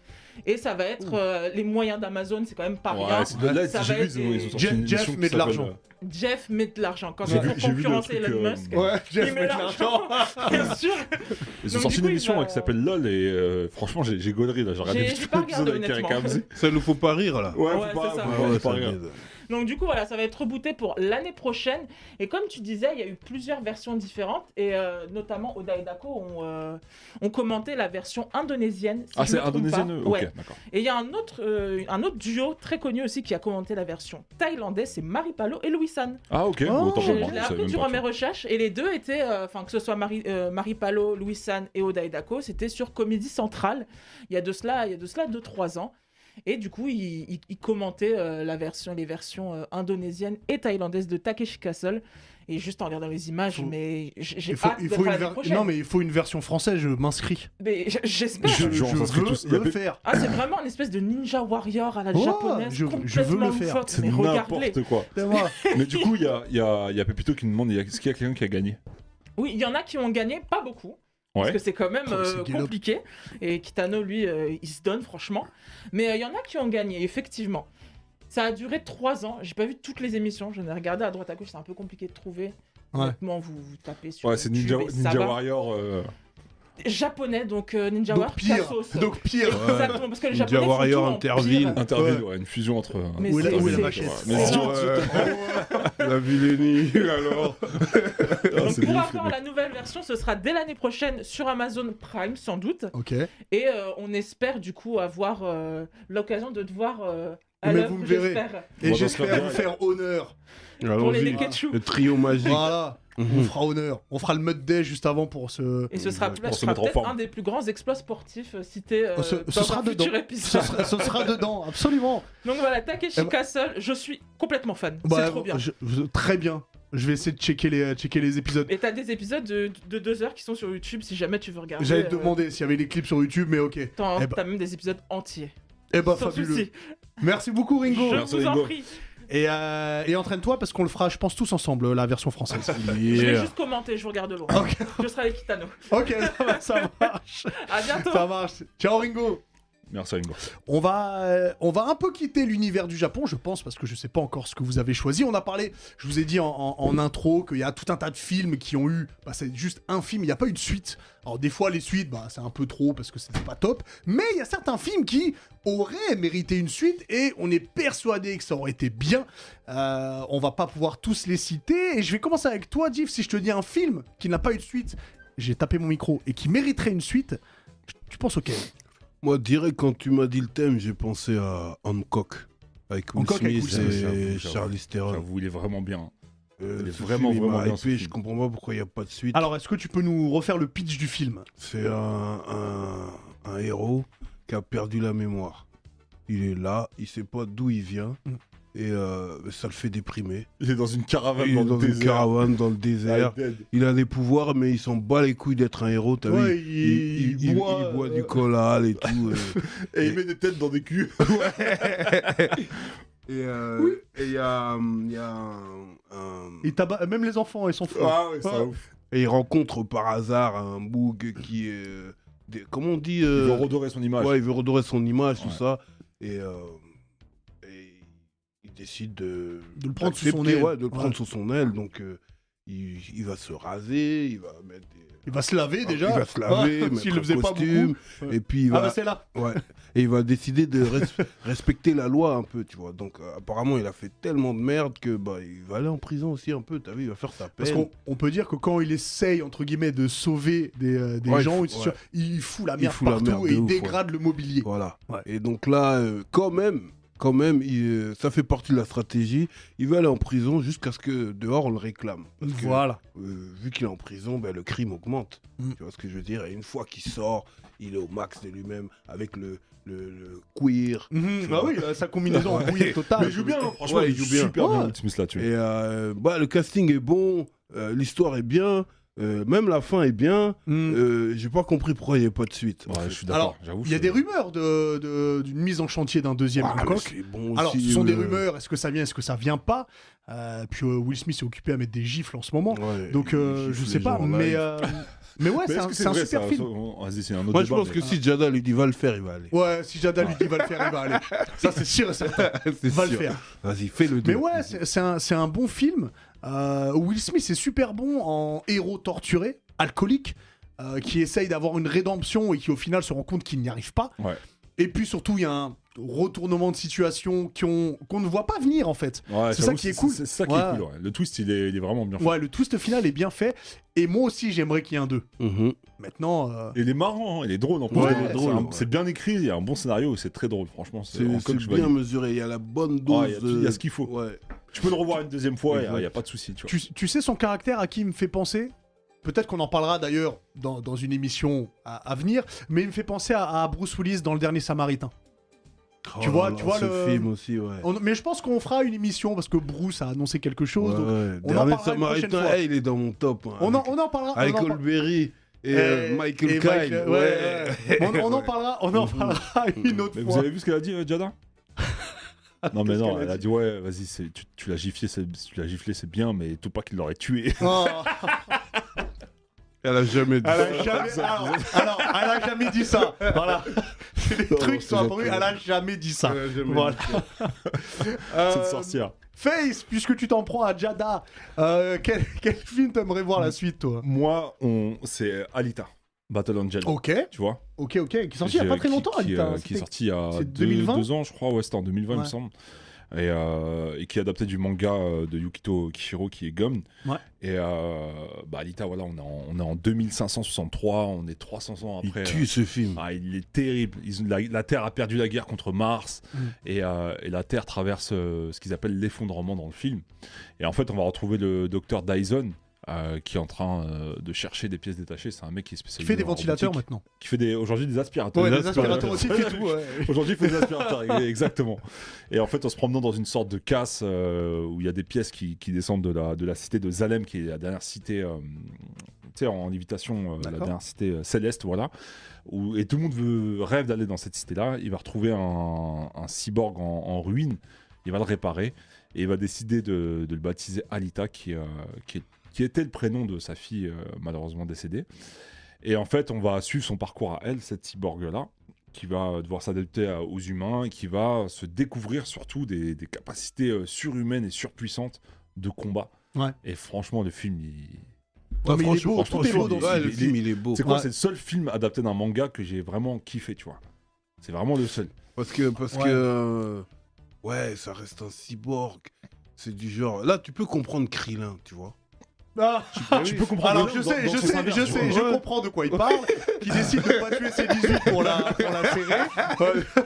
S4: Et ça va être euh, les moyens d'Amazon, c'est quand même pas rien.
S2: Ouais, c'est de là,
S4: Ça
S2: j'ai
S4: va
S2: vu,
S4: être
S2: ils ont- ils ont sorti
S1: Jeff-
S2: une émission
S1: Jeff
S2: qui
S1: met de l'argent.
S2: s'appelle, euh,
S4: Jeff met de l'argent quand
S2: J'ai
S4: même
S2: vu-
S4: pour
S2: j'ai vu le
S4: concurrencer
S2: truc,
S4: Elon
S2: euh,
S4: Musk.
S1: Ouais, Jeff
S4: Il met
S1: Bezos.
S4: l'argent, bien sûr.
S2: Ils ont
S4: Donc,
S2: sorti
S4: du
S2: une
S4: coup,
S2: émission
S4: il va-
S2: ouais, qui s'appelle LOL et euh, franchement, j'ai j'ai gaulé là. J'ai regardé
S4: J'ai-
S2: le
S4: j'ai
S2: petit
S4: pas regardé,
S2: épisode avec Eric
S4: honnêtement.
S2: Ramsey.
S3: Ça nous faut pas rire là.
S2: Ouais,
S4: Ouais,
S2: faut pas-
S4: c'est ça.
S2: faut pas-
S3: Ah ouais,
S2: faut pas
S3: ça
S2: regarder.
S3: me-
S4: Donc du coup voilà, ça va être rebooté pour l'année prochaine. Et comme tu disais, il y a eu plusieurs versions différentes et euh, notamment Oda et Dako ont, euh, ont commenté la version indonésienne. si
S2: Ah,
S4: je
S2: c'est
S4: me trompe
S2: indonésien
S4: pas.
S2: eux
S4: Ouais.
S2: Ok, d'accord.
S4: Et il y a un autre, euh, un autre duo très connu aussi qui a commenté la version thaïlandaise, c'est Mari Palo et Louis San.
S2: Ah, ok,
S1: Oh,
S2: autant
S4: Je,
S2: pour moi,
S4: je l'ai
S2: je savais
S4: appris
S2: même
S4: durant mes
S2: pas.
S4: recherches et les deux étaient, euh, enfin que ce soit Mari, euh, Mari Palo, Louis San et Oda Dako, c'était sur Comédie Centrale. Il y a de cela, il y a de cela deux trois ans. Et du coup, ils il, commentaient euh, la version, les versions euh, indonésiennes et thaïlandaises de Takeshi Castle. Et juste en regardant les images,
S1: Faut-
S4: mais j- j'ai
S1: Il faut,
S4: hâte
S1: il
S4: de
S1: faut
S4: faire
S1: une
S4: l'année
S1: ver-
S4: prochaine.
S1: Non, mais il faut une version française, je m'inscris.
S4: Mais j- j'espère.
S1: Je,
S2: Je- genre,
S1: je
S2: ça serait
S1: veux
S2: tous- il y
S1: le
S2: avait-
S1: faire.
S4: Ah, c'est vraiment une espèce de ninja warrior à la
S1: Oh,
S4: japonaise.
S1: je- je
S4: complètement
S1: veux le faire.
S4: loufoque.
S2: C'est
S4: Mais regardez.
S2: n'importe quoi. Mais du coup, il y a, il y, a, il y a Pepito qui nous demande il y a- est-ce qu'il y a quelqu'un qui a gagné
S4: Oui, il y en a qui ont gagné, pas beaucoup. Parce
S2: Ouais.
S4: que c'est quand même
S1: Oh,
S4: euh,
S1: c'est galop.
S4: compliqué. Et Kitano, lui, euh, il se donne, franchement. Mais euh, il y en a qui ont gagné, effectivement. Ça a duré trois ans. J'ai pas vu toutes les émissions. J'en ai regardé à droite à gauche. C'est un peu compliqué de trouver.
S1: Ouais.
S4: Honnêtement, vous, vous tapez sur.
S2: Ouais, c'est
S4: YouTube
S2: Ninja,
S4: et ça
S2: Ninja
S4: va.
S2: Warrior. euh,
S4: japonais, donc euh, Ninja
S1: Donc
S4: Warrior,
S1: pire,
S4: Kasos.
S1: donc pire.
S4: Exactement, parce que les
S3: Ninja
S4: japonais font
S3: Warrior,
S4: tout en
S3: Interville.
S4: pire.
S2: Interville, ouais, une fusion entre.
S4: Mais
S1: Où est la-
S4: c'est- Oh,
S1: où est la
S4: c'est-
S1: machette
S2: Mais
S4: c'est-
S2: idiot,
S3: La vilainie, alors.
S2: Ah,
S4: Donc
S2: c'est des
S4: pour avoir
S2: flics,
S4: la nouvelle version, ce sera dès l'année prochaine sur Amazon Prime sans doute.
S1: Ok.
S4: Et euh, on espère du coup avoir euh, l'occasion de te voir euh, à
S1: Mais
S4: l'œuvre,
S1: vous me verrez.
S4: j'espère.
S1: Et
S2: Bon,
S1: j'espère
S2: dans ce
S1: vous
S2: cas-là,
S1: faire honneur.
S4: Pour les
S3: Allons-y.
S4: Neketsu.
S3: Le trio magique.
S1: Voilà,
S4: Mmh.
S1: on
S3: Mhm.
S1: fera honneur. On fera le mud day juste avant pour ce.
S4: Et ce sera,
S2: se
S4: ce sera
S2: mettre en
S4: peut-être
S2: forme.
S4: un des plus grands exploits sportifs euh, cités euh,
S1: Oh, ce-
S4: dans
S1: ce
S4: un
S1: sera
S4: futur
S1: dedans. Ce
S4: épisode.
S1: sera, ce sera dedans, absolument.
S4: Donc voilà,
S1: Eh
S4: Takeshi
S1: ben-
S4: Castle, je suis complètement fan.
S1: Bah,
S4: c'est trop bien.
S1: je- je- très bien. Je vais essayer de checker les, checker les épisodes.
S4: Et t'as des épisodes de, de deux heures qui sont sur YouTube si jamais tu veux regarder.
S1: J'allais
S4: euh,
S1: te demander s'il y avait des clips sur YouTube, mais ok.
S4: T'as
S1: Eh ben-
S4: t'as même des épisodes entiers.
S1: Eh bah,
S4: Sans
S1: fabuleux.
S4: souci.
S1: Merci beaucoup,
S4: Je
S1: Ringo.
S2: Merci,
S4: vous en
S2: Ringo.
S4: prie.
S1: Et, euh, et entraîne-toi parce qu'on le fera, je pense, tous ensemble, la version française.
S4: Je vais
S3: Yeah.
S4: juste commenter, je regarde loin.
S1: Ok.
S4: Je serai avec Kitano.
S1: ok, ça, va, ça marche.
S4: À bientôt.
S1: Ça marche. Ciao, Ringo.
S2: Merci Ringo.
S1: On va, euh, on va un peu quitter l'univers du Japon, je pense, parce que je sais pas encore ce que vous avez choisi. On a parlé, je vous ai dit en, en- en intro, qu'il y a tout un tas de films qui ont eu. Bah, c'est juste un film, il n'y a pas eu de suite. Alors, des fois, les suites, bah, c'est un peu trop parce que c'était pas top. Mais il y a certains films qui auraient mérité une suite et on est persuadé que ça aurait été bien. Euh, on va pas pouvoir tous les citer. Et je vais commencer avec toi, Div. Si je te dis un film qui n'a pas eu de suite, j'ai tapé mon micro, et qui mériterait une suite, tu- tu penses auquel
S3: Moi, direct, quand tu m'as dit le thème, j'ai pensé à Hancock. Avec Will
S1: Hancock avec
S3: Smith
S2: Will Smith, j'avoue,
S3: et
S2: j'avoue.
S3: Charlie Theron.
S2: J'avoue, il est vraiment bien.
S3: Euh,
S2: Il est
S3: ce
S2: vraiment,
S3: film, il
S2: vraiment
S3: m'a
S2: bien, ce
S3: hypé, Je
S2: film.
S3: comprends pas pourquoi il n'y a pas de suite.
S1: Alors, est-ce que tu peux nous refaire le pitch du film
S3: C'est un, un- un héros qui a perdu la mémoire. Il est là, il sait pas d'où il vient.
S1: Mm.
S3: Et euh, ça le fait déprimer.
S2: Il est dans une caravane
S3: Il
S2: dans
S3: est
S2: le
S3: dans une
S2: désert.
S3: caravane dans le désert.
S2: Ah, il est dead.
S3: Il a des pouvoirs, mais il s'en bat les couilles d'être un héros, t'as
S1: Ouais,
S3: vu il, il- il boit euh,
S2: euh,
S3: du colal et tout. euh.
S2: Et il met des têtes dans des culs.
S3: et euh, et il y a, hum, il y a un- un-
S1: Il tabac, euh, même les enfants, ils sont fous.
S2: ah ouais, c'est
S1: Ah.
S2: un ouf.
S3: Et il rencontre par hasard un boug qui est. euh, des- comment on dit
S2: Il
S3: euh,
S2: veut redorer son image.
S3: Ouais, il veut redorer son image, tout
S2: Ouais.
S3: ça. Et, euh, et il décide de,
S1: De le prendre sous
S3: d'accepter,
S1: son aile.
S3: ouais, de le
S1: Ouais.
S3: prendre sous son aile. Donc euh, il, il va se raser, il va mettre des.
S1: Il va se laver déjà.
S3: Il va se laver,
S1: Ah,
S3: mettre
S1: S'il
S3: un
S1: le faisait
S3: costume,
S1: pas beaucoup.
S3: Et puis il
S1: Ah
S3: va,
S1: bah c'est là.
S3: ouais, et il va décider de res- respecter la loi un peu, tu vois. Donc euh, apparemment, il a fait tellement de merde que bah il va aller en prison aussi un peu. T'as vu, il va faire sa peine.
S1: Parce qu'on on peut dire que quand il essaye, entre guillemets, de sauver des, euh, des
S3: Ouais, il
S1: gens,
S3: fout-
S1: il, se-
S3: ouais.
S1: il fout la
S3: Il
S1: merde
S3: fout la
S1: partout
S3: merde de
S1: et il
S3: ouf, ouais.
S1: dégrade le mobilier.
S3: Voilà.
S1: Ouais.
S3: Et donc là, euh, quand même, quand même, il, euh, ça fait partie de la stratégie. Il va aller en prison jusqu'à ce que dehors on le réclame. Parce que,
S1: Voilà.
S3: euh, vu qu'il est en prison, ben, le crime augmente.
S1: Mm.
S3: Tu vois ce que je veux dire Et une fois qu'il sort, il est au max de lui-même avec le, le, le queer.
S1: Mhm, bah oui, euh, sa combinaison en bouillie totale.
S2: Mais il joue bien, hein, franchement,
S3: Ouais,
S2: il joue bien. super bien, Will Smith, là, tu vois.
S3: Et euh, bah, le casting est bon, euh, l'histoire est bien, euh, même la fin est bien.
S1: Mhm.
S3: Euh, J'ai pas compris pourquoi il n'y a pas de suite.
S2: Ouais, je suis
S1: Alors,
S2: d'accord, j'avoue.
S1: Il y a
S2: c'est-
S1: des rumeurs de- de- d'une mise en chantier d'un deuxième
S3: Ah, mais
S1: Hancock.
S3: c'est bon
S1: Alors,
S3: aussi,
S1: ce sont des
S3: euh,
S1: rumeurs. Est-ce que ça vient, est-ce que ça vient pas Euh, Puis euh, Will Smith est occupé à mettre des gifles en ce moment.
S3: ouais,
S1: Donc, euh,
S3: il
S1: je
S3: gifle
S1: sais
S3: les
S1: pas,
S3: gens en
S1: mais,
S3: live.
S1: euh, mais ouais,
S2: Mais
S1: c'est
S2: est-ce
S1: un,
S2: que
S1: c'est un
S2: vrai,
S1: super
S2: ça
S1: film.
S2: On- Vas-y, c'est un autre
S3: Moi, je
S2: débat,
S3: pense
S2: mais-
S3: que si Jada lui dit va le faire, il va aller.
S1: Ouais, si Jada lui dit va le faire, il va aller. Ça, c'est sûr et certain.
S3: C'est
S1: Va le
S3: sûr.
S1: faire.
S3: Vas-y, fais le
S1: Mais
S3: deux.
S1: ouais, c'est c'est un, c'est un bon film. Euh, Will Smith est super bon en héros torturé, alcoolique, euh, qui essaye d'avoir une rédemption et qui au final se rend compte qu'il n'y arrive pas.
S2: Ouais.
S1: Et puis surtout, il y a un retournement de situation qu'on qu'on ne voit pas venir en fait.
S2: Ouais,
S1: C'est ça
S2: j'avoue,
S1: qui est cool.
S2: C'est ça qui
S1: Ouais.
S2: est cool. ouais. Le twist, il est il est vraiment bien fait.
S1: Ouais, le twist final est bien fait. Et moi aussi, j'aimerais qu'il y ait un 2.
S3: Mhm.
S1: Maintenant, euh,
S2: Et Il est marrant, hein, il est drôle en plus.
S1: Ouais,
S2: C'est un-
S3: drôle, ouais.
S2: C'est bien écrit, il y a un bon scénario, c'est très drôle, franchement.
S3: C'est
S2: Hancock,
S3: c'est
S2: je
S3: bien
S2: valide.
S3: mesuré, il y a la bonne dose.
S2: Ouais, Il y a tout- il y a ce qu'il faut.
S3: Ouais.
S2: Tu peux le revoir une deuxième fois, il n'y a, il y a
S3: Exact.
S2: pas de souci. tu vois.
S1: tu, tu sais son caractère à qui il me fait penser Peut-être qu'on en parlera d'ailleurs dans, dans une émission à, à venir, mais il me fait penser à, à Bruce Willis dans Le Dernier Samaritain. Tu
S3: Oh
S1: vois-
S3: là
S1: tu
S3: là,
S1: vois
S3: ce
S1: le-
S3: film aussi, ouais.
S1: On- mais je pense qu'on fera une émission parce que Bruce a annoncé quelque chose.
S3: Ouais,
S1: donc
S3: ouais.
S1: on en
S3: Dernier
S1: parlera une prochaine
S3: Samaritain,
S1: fois.
S3: eh, il est dans mon top. hein,
S1: on, en,
S3: avec-
S1: on en parlera.
S3: avec
S1: on en par-
S3: Olberry et, euh, Michael
S1: et
S3: Caine.
S1: Michael- ouais, ouais.
S3: ouais.
S1: On, on en
S3: Ouais.
S1: parlera, on en
S3: Mhm.
S1: parlera une autre
S2: Mais vous
S1: fois.
S2: avez vu ce qu'elle a dit, euh, Jada Non, mais
S1: Qu'est-ce
S2: non,
S1: qu'elle a
S2: elle a
S1: dit
S2: dit, ouais, vas-y, c'est- tu, tu l'as giflé, c'est- tu l'as giflé, c'est bien, mais tout pas qu'il l'aurait tué.
S1: Oh.
S3: Elle a jamais dit.
S1: Elle a jamais...
S3: Ah.
S1: alors, alors, elle a jamais dit ça. Voilà. C'est des
S3: Non,
S1: trucs qui
S3: c'est
S1: sont apparus.
S3: gentil.
S1: Elle a jamais dit ça.
S3: Elle a jamais
S1: Voilà.
S3: dit ça.
S2: C'est une
S1: Euh,
S2: sorcière.
S1: Face, puisque tu t'en prends à
S2: Mm.
S1: Jada, euh, quel, quel film t'aimerais voir la suite, toi
S2: Moi, on- c'est Alita. Battle Angel.
S1: Ok,
S2: Tu vois
S1: ok, ok. Qui est sorti il y a
S2: J'ai-
S1: pas très
S2: qui-
S1: longtemps,
S2: Qui,
S1: Alita,
S2: euh,
S1: hein,
S2: qui est
S1: c'était-
S2: sorti il y a
S1: c'est
S2: deux,
S1: 2020?
S2: deux ans, je crois. Ouais, c'était en 2020, il me
S1: Ouais.
S2: semble. Et, euh, et qui est adapté du manga euh, de Yukito Kishiro qui est Gum.
S1: Ouais.
S2: Et euh, bah, Alita, voilà, on est, en, on est en 2563, on est 300 ans
S3: Il
S2: après. euh,
S3: tue ce film.
S2: ah, il est terrible. Ils ont- la, la Terre a perdu la guerre contre Mars
S1: Mm.
S2: et, euh, et la Terre traverse euh, ce qu'ils appellent l'effondrement dans le film. Et en fait, on va retrouver le docteur Dyson euh, qui est en train euh, de chercher des pièces détachées. C'est un mec qui est
S1: Qui
S2: spécialisé
S1: fait des
S2: en robotique,
S1: ventilateurs maintenant.
S2: Qui fait des- aujourd'hui des aspirateurs.
S1: Ouais, des aspirateurs aussi, et tout. ouais.
S2: Aujourd'hui, il faut des aspirateurs, il- exactement. Et en fait, en se promenant dans une sorte de casse euh, où il y a des pièces qui, qui descendent de la, de la cité de Zalem, qui est la dernière cité, euh, tu sais, en lévitation, euh, la
S1: D'accord.
S2: dernière cité euh, céleste, voilà. Où, et tout le monde veut, rêve d'aller dans cette cité-là. Il va retrouver un, un cyborg en, en ruine, il va le réparer et il va décider de, de le baptiser Alita, qui, euh, qui, est- qui était le prénom de sa fille, euh, malheureusement décédée. Et en fait, on va suivre son parcours à elle, cette cyborg-là qui va devoir s'adapter à- aux humains et qui va se découvrir surtout des, des capacités euh, surhumaines et surpuissantes de combat.
S1: Ouais.
S2: Et franchement, le film, il...
S1: Non, mais il est beau,
S2: tout est beau dans ce
S3: ouais,
S2: film,
S3: le
S2: il
S3: film, il est beau.
S2: c'est quoi
S1: Oh. Ouais.
S2: C'est le seul film adapté d'un manga que j'ai vraiment kiffé, tu vois. C'est vraiment le seul.
S3: Parce que, parce
S1: Ouais.
S3: que, euh, ouais, ça reste un cyborg. C'est du genre. Là, tu peux comprendre Krillin, tu vois.
S1: Ah.
S2: bah tu peux comprendre.
S1: Alors
S2: les
S1: je
S2: gens
S1: sais,
S2: dans-
S1: je
S2: dans son
S1: sais,
S2: univers,
S1: je
S2: tu
S1: sais,
S2: vois.
S1: je comprends de quoi il parle, qui décide de pas tuer ses 18 pour la, pour la serrer.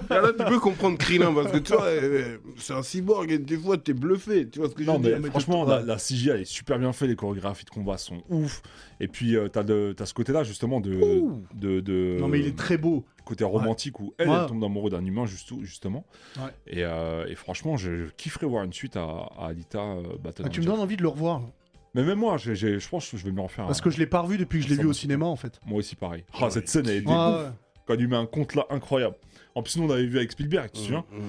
S3: Là, là, tu peux comprendre Krillin parce que tu vois, euh, c'est un cyborg et des fois t'es bluffé. Tu vois ce que
S2: Non,
S3: je veux
S2: mais
S3: dire
S2: franchement, la,
S1: ouais.
S2: la CGI elle est super bien faite, les chorégraphies de combat sont ouf. Et puis, euh, t'as le- t'as ce côté-là, justement, de,
S1: Ouh.
S2: de, de-
S1: Non mais il est très beau.
S2: côté romantique où elle,
S1: Ouais.
S2: elle tombe amoureux d'un humain juste, justement.
S1: Ouais.
S2: Et, euh, et franchement, je, je kifferais voir une suite à, à Alita euh, Battle.
S1: Ah, tu me
S2: Angel.
S1: donnes envie de le revoir
S2: Mais même moi, j'ai- j'ai- je pense que je vais me refaire.
S1: parce
S2: un.
S1: que je l'ai pas revu depuis que je l'ai vu au cinéma en fait.
S2: Moi aussi, pareil. Ah, cette scène, elle est
S1: Ouais,
S2: dégoûtante.
S1: ouais.
S2: Quand il met un compte là, incroyable. En plus, nous, on l'avait vu avec Spielberg, tu te souviens
S3: Mmh, mmh.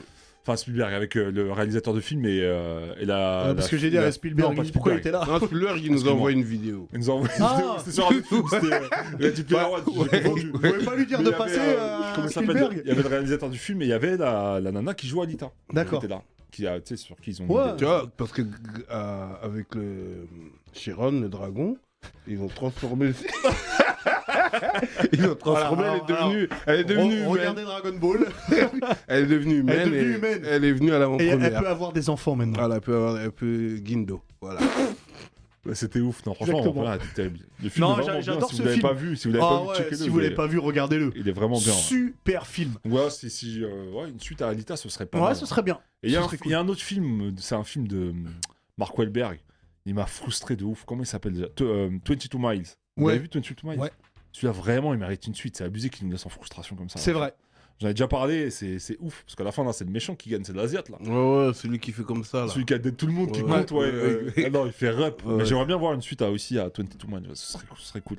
S2: Enfin, Spielberg, avec euh, le réalisateur de film et, euh, et
S1: Euh,
S2: la.
S1: parce
S2: la-
S1: que j'ai dit
S2: la-
S1: à Spielberg,
S2: Non, pas
S1: pourquoi il était là
S3: Non, Spielberg, il nous
S2: Excuse-moi.
S3: envoie une vidéo.
S2: Il nous a envoyé une
S1: Ah.
S2: vidéo, C'était sur un autre film, c'était. euh, il a dit Pierrot, j'ai confondu.
S1: Vous pouvez pas lui dire
S2: Mais
S1: de
S2: il y avait,
S1: passer
S2: euh,
S1: euh,
S2: comment
S1: à
S2: ça s'appelle
S1: Spielberg
S2: Il y avait le réalisateur du film et il y avait la, la nana qui joue Alita.
S1: D'accord.
S2: Qui était là. Qui a, tu sais, sur qui ils ont.
S1: Ouais.
S2: mis des-
S3: Tu vois, parce que g- euh, avec le Chiron, le dragon, ils ont transformé. le- ils ont transformé.
S1: Voilà, alors,
S3: elle est devenue. elle est devenue.
S1: Re-
S3: humaine.
S1: Regardez Dragon Ball
S3: Elle est devenue humaine.
S1: Elle est devenue
S3: et-
S1: humaine.
S3: Elle est venue à
S1: et elle
S3: l'avant-première.
S1: peut avoir des enfants maintenant.
S3: Voilà, elle peut avoir. Elle peut Guindo. Voilà.
S2: Ouais, C'était ouf, non, franchement,
S1: Exactement.
S2: voilà, c'était terrible. Le film
S1: Non,
S2: est vraiment
S1: j'a-
S2: bien,
S1: j'adore
S2: si
S1: ce
S2: vous l'avez
S1: film.
S2: pas vu, si vous l'avez
S1: Ah
S2: pas vu,
S1: ouais,
S2: checkez-le,
S1: si vous
S2: il est-
S1: l'avez pas vu, regardez-le.
S2: Il est vraiment bien. hein. ouais.
S1: Super film.
S2: Ouais, si, si, euh, ouais, une suite à Alita, ce serait pas
S1: Ouais,
S2: mal.
S1: ce serait bien.
S2: Et il y, a
S1: ce
S2: un-
S1: serait
S2: il y a un autre film, euh, c'est un film de euh, Mark Wahlberg. Il m'a frustré de ouf. Comment il s'appelle déjà T- euh, 22 Miles. Vous
S1: Ouais.
S2: l'avez vu 22 Miles
S1: Ouais.
S2: Celui-là, vraiment, il mérite une suite. C'est abusé qu'il nous laisse en frustration comme ça.
S1: C'est vrai.
S2: J'en ai déjà parlé, c'est c'est ouf. Parce qu'à la fin, là, c'est le méchant qui gagne, c'est l'Asiate, là.
S3: Ouais, ouais, celui qui fait comme ça là.
S2: Celui qui a aidé tout le monde, qui
S3: Ouais.
S2: compte, ouais.
S3: Ouais,
S2: euh,
S3: ouais.
S2: ah non, il fait rep.
S3: Ouais,
S2: Mais
S3: ouais.
S2: j'aimerais bien voir une suite à, aussi à 22 Miles. ouais, Ce serait, ce serait cool.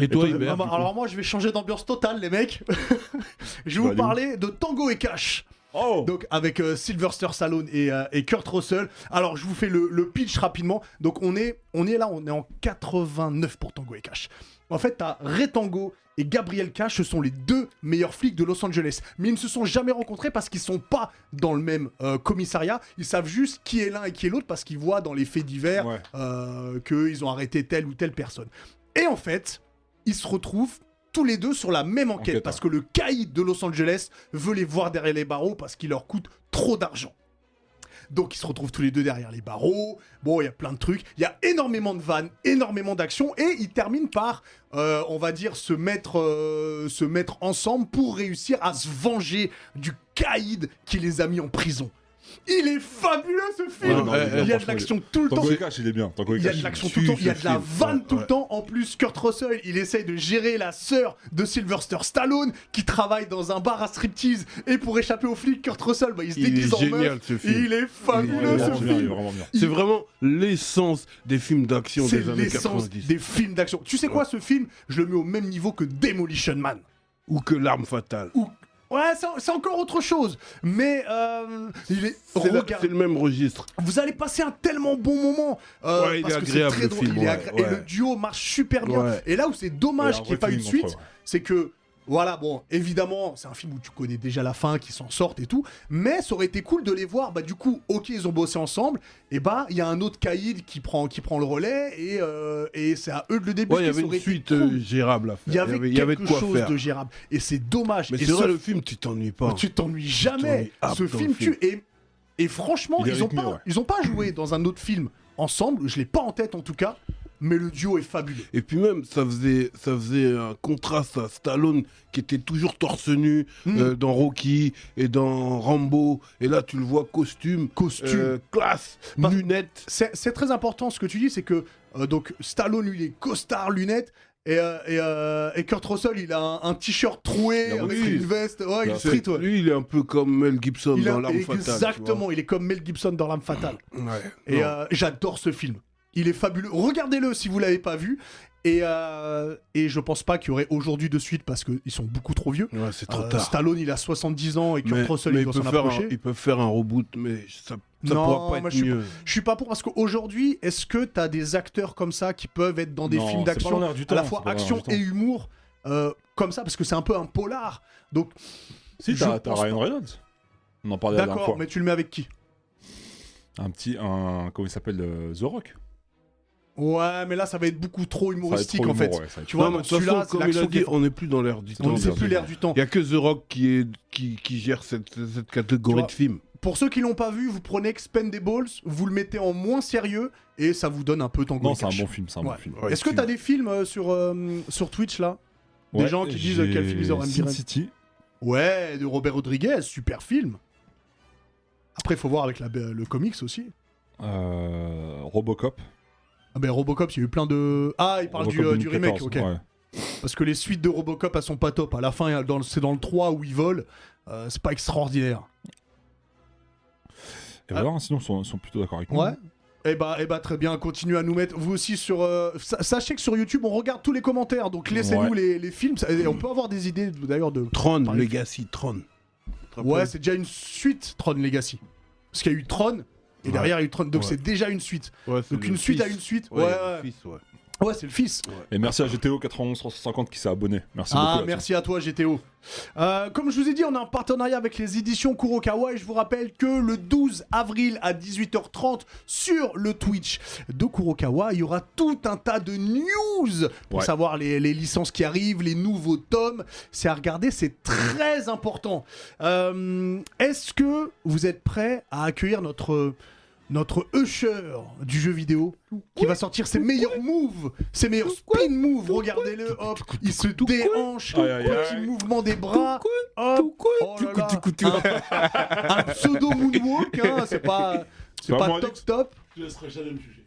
S3: Et toi,
S1: Euh,
S3: Hubert
S1: bah, alors moi je vais changer d'ambiance totale les mecs. je vais
S2: Bah,
S1: vous
S2: allez où
S1: parler de Tango et Cash.
S2: Oh
S1: Donc avec euh, Sylvester Stallone et, euh, et Kurt Russell. Alors je vous fais le, le pitch rapidement. Donc on est, on est là, on est en 89 pour Tango et Cash. En fait, t'as Ray Tango et Gabriel Cash, ce sont les deux meilleurs flics de Los Angeles. Mais ils ne se sont jamais rencontrés parce qu'ils sont pas dans le même euh, commissariat. Ils savent juste qui est l'un et qui est l'autre parce qu'ils voient dans les faits divers
S2: Ouais.
S1: euh, qu'ils ont arrêté telle ou telle personne. Et en fait, ils se retrouvent tous les deux sur la même enquête,
S2: Enquête, hein.
S1: parce que le caïd de Los Angeles veut les voir derrière les barreaux parce qu'il leur coûte trop d'argent. Donc ils se retrouvent tous les deux derrière les barreaux. Bon, il y a plein de trucs. Il y a énormément de vannes, énormément d'actions. Et ils terminent par, euh, on va dire, se mettre, euh, se mettre ensemble pour réussir à se venger du caïd qui les a mis en prison. Il est fabuleux ce film
S2: Ouais, non,
S1: Il y
S2: mais
S1: a de
S2: franchement,
S1: l'action tout le temps.
S2: Tango et Cash, il est bien. Tango et
S1: Il y a
S2: Cash,
S1: de
S2: il est
S1: l'action
S3: tue
S1: tout le temps, il y a
S3: ce
S1: de la
S3: film.
S1: vanne
S3: Ouais,
S1: tout le
S3: ouais.
S1: temps. En plus, Kurt Russell, il essaye de gérer la sœur de Sylvester Stallone qui travaille dans un bar à striptease. Et pour échapper aux flics, Kurt Russell, bah, il se
S3: Il
S1: déguise
S3: est
S1: en meuf.
S3: génial ce film.
S1: Il est
S2: Il est
S1: fabuleux
S2: vraiment
S1: ce
S2: bien, il est
S1: film.
S2: vraiment bien.
S3: C'est vraiment l'essence des films d'action
S1: C'est
S3: des années
S1: l'essence
S3: 90.
S1: des films d'action. Tu sais quoi, ce film, je le mets au même niveau que Demolition Man.
S3: Ou que l'arme fatale.
S1: Ou... Ouais, c'est- c'est encore autre chose. Mais euh, il est.
S3: C'est la-
S1: Regarde-
S3: c'est le même registre.
S1: Vous allez passer un tellement bon moment. euh,
S3: Ouais, il
S1: parce
S3: est
S1: que c'est
S3: agréable,
S1: très
S3: le
S1: drôle,
S3: film,
S1: il est
S3: ouais,
S1: agré- Et
S3: ouais.
S1: le duo marche super bien.
S3: Ouais.
S1: Et là où c'est
S2: Et
S1: dommage
S2: un
S1: qu'il n'y ait pas
S2: vrai
S1: une
S2: feeling entre
S1: suite,
S2: eux, ouais.
S1: c'est que Voilà, bon, évidemment, c'est un film où tu connais déjà la fin, qu'ils s'en sortent et tout, mais ça aurait été cool de les voir. Bah, du coup, ok, ils ont bossé ensemble, et bah, il y a un autre Kaïd qui prend, qui prend le relais, et, euh, et c'est à eux de le début.
S3: Ouais, il
S1: ça
S3: y avait une
S1: aurait été
S3: suite
S1: cool.
S3: euh, gérable à faire.
S1: Il y avait,
S3: il y avait de
S1: quelque
S3: quoi
S1: chose
S3: faire.
S1: de gérable. Et c'est dommage.
S3: Mais
S1: et
S3: c'est
S1: ce
S3: vrai, le film, tu t'ennuies pas.
S1: tu t'ennuies jamais.
S3: t'ennuies hop
S1: Ce
S3: dans
S1: film
S3: le film.
S1: tue. Et, et franchement,
S2: Il est
S1: ils ont,
S2: rythmé,
S1: pas,
S2: ouais.
S1: ils ont pas joué dans un autre film ensemble. Je l'ai pas en tête en tout cas. Mais le duo est fabuleux.
S3: Et puis même, ça faisait, ça faisait un contraste à Stallone qui était toujours torse nu
S1: Mm.
S3: euh, dans Rocky et dans Rambo. Et là, tu le vois costume,
S1: Costume.
S3: euh, classe,
S1: Pas-
S3: lunettes.
S1: C'est c'est très important ce que tu dis, c'est que euh, donc Stallone, lui, il est costard, lunettes. Et, euh, et, euh, et Kurt Russell, il a un, un t-shirt troué
S2: Il a
S1: avec
S3: repris.
S1: une veste. Ouais, il
S2: a
S1: street, ouais.
S3: Lui, il est un peu comme Mel Gibson
S1: Il a-
S3: dans L'Arme Fatale. tu
S1: exactement, il est comme Mel Gibson dans L'âme fatale.
S3: vois. Ouais.
S1: Et
S3: Non.
S1: euh, j'adore ce film. Il est fabuleux. Regardez-le si vous l'avez pas vu. Et, euh, et je pense pas qu'il y aurait aujourd'hui de suite parce qu'ils sont beaucoup trop vieux.
S3: Ouais, c'est trop
S1: Euh,
S3: tard.
S1: Stallone, il a 70 ans et Kurt
S3: Mais,
S1: Russell,
S3: mais
S1: il
S3: ils,
S1: doit
S3: peuvent
S1: s'en
S3: faire un,
S1: approcher.
S3: ils peuvent faire un reboot, mais ça, ça
S1: Non,
S3: pourra pas
S1: moi,
S3: être
S1: je suis
S3: mieux.
S1: Je suis pas pour parce qu'aujourd'hui, est-ce que t'as des acteurs comme ça qui peuvent être dans des
S2: Non,
S1: films
S2: c'est pas
S1: d'action
S2: dans l'air du
S1: à la
S2: temps,
S1: fois
S2: c'est pas dans l'air
S1: action
S2: du temps.
S1: et humour euh, comme ça parce que c'est un peu un polar. Donc
S2: Si,
S1: Je
S2: t'as t'as
S1: pense
S2: Ryan Reynolds. On en parlait la dernière
S1: d'accord,
S2: fois.
S1: mais tu le mets avec qui
S2: Un petit. Un, comment il s'appelle euh, The Rock.
S1: Ouais, mais là ça va être beaucoup trop
S2: Ça va être
S1: humoristique
S2: trop
S1: en fait.
S2: humour, ouais, ça va être
S1: Tu vois,
S3: Non, mais de toute
S1: celui-là,
S3: façon,
S1: c'est
S3: comme il a
S1: l'action qui est
S3: dit, on n'est plus dans l'ère du
S1: on
S3: temps.
S1: ne sait
S2: aujourd'hui.
S1: plus l'air du temps.
S3: Il n'y a que The Rock qui, est, qui, qui gère cette, cette
S1: Tu
S3: catégorie
S1: vois.
S3: de films.
S1: Pour ceux qui l'ont pas vu, vous prenez Expendables, vous le mettez en moins sérieux et ça vous donne un peu Tango
S2: Non,
S1: et
S2: c'est un
S1: Cash.
S2: bon film, c'est un
S1: Ouais.
S2: bon film.
S3: Ouais,
S1: Est-ce que
S3: tu-
S1: t'as des films euh, sur, euh, sur Twitch là Des gens qui disent
S2: j'ai
S1: quel film ils auraient à me
S2: Sin
S1: dire.
S2: City.
S1: Ouais, de Robert Rodriguez, super film. Après, faut voir avec la- le comics aussi.
S2: euh, Robocop.
S1: Ah ben Robocop, il y a eu plein de... Ah, il parle du,
S2: Robocop
S1: euh, du remake,
S2: 2014,
S1: ok.
S2: ouais.
S1: Parce que les suites de Robocop, elles sont pas top. À la fin, il y a dans le- c'est dans le 3 où ils volent. Euh, c'est pas extraordinaire.
S2: Et
S1: Ah.
S2: voilà, sinon, ils sont, ils sont plutôt d'accord avec
S1: Ouais.
S2: nous.
S1: Eh bah, eh bah, très bien. Continuez à nous mettre vous aussi sur. euh, sa- sachez que sur YouTube, on regarde tous les commentaires. Donc laissez-nous
S2: Ouais.
S1: les, les films. Ça- et on peut avoir des idées d'ailleurs de.
S3: Tron,
S1: Par
S3: Legacy, Tron. Tu te
S1: Ouais,
S3: rappelles
S1: c'est déjà une suite Tron Legacy. Parce qu'il y a eu Tron et
S3: Ouais.
S1: derrière il y a eu Tron. Donc
S3: Ouais.
S1: c'est déjà une suite.
S3: Ouais, c'est
S1: Donc
S3: le
S1: une suite à
S3: fils.
S1: une suite. Ouais,
S3: Ouais,
S1: ouais.
S3: le fils, ouais.
S1: Ouais, c'est le fils.
S2: Et merci à GTO 91 350 qui s'est abonné. Merci beaucoup.
S1: Ah,
S2: là-dessus.
S1: merci à toi, GTO. Euh, comme je vous ai dit, on a un partenariat avec les éditions Kurokawa et je vous rappelle que le 12 avril à 18h30 sur le Twitch de Kurokawa, il y aura tout un tas de news pour
S2: Ouais.
S1: savoir les, les licences qui arrivent, les nouveaux tomes. C'est à regarder, c'est très important. Euh, Est-ce que vous êtes prêts à accueillir notre notre usher du jeu vidéo qui va sortir ses meilleurs moves, ses meilleurs spin moves. Regardez-le, hop, il se déhanche,
S2: Aïe, aïe,
S1: petit
S2: aïe.
S1: mouvement des bras, hop, oh là là, un, un pseudo moonwalk, hein, c'est pas, c'est
S2: pas
S1: pas
S2: moi,
S1: top
S2: Alex.
S1: top.
S5: Je laisserai jamais me juger.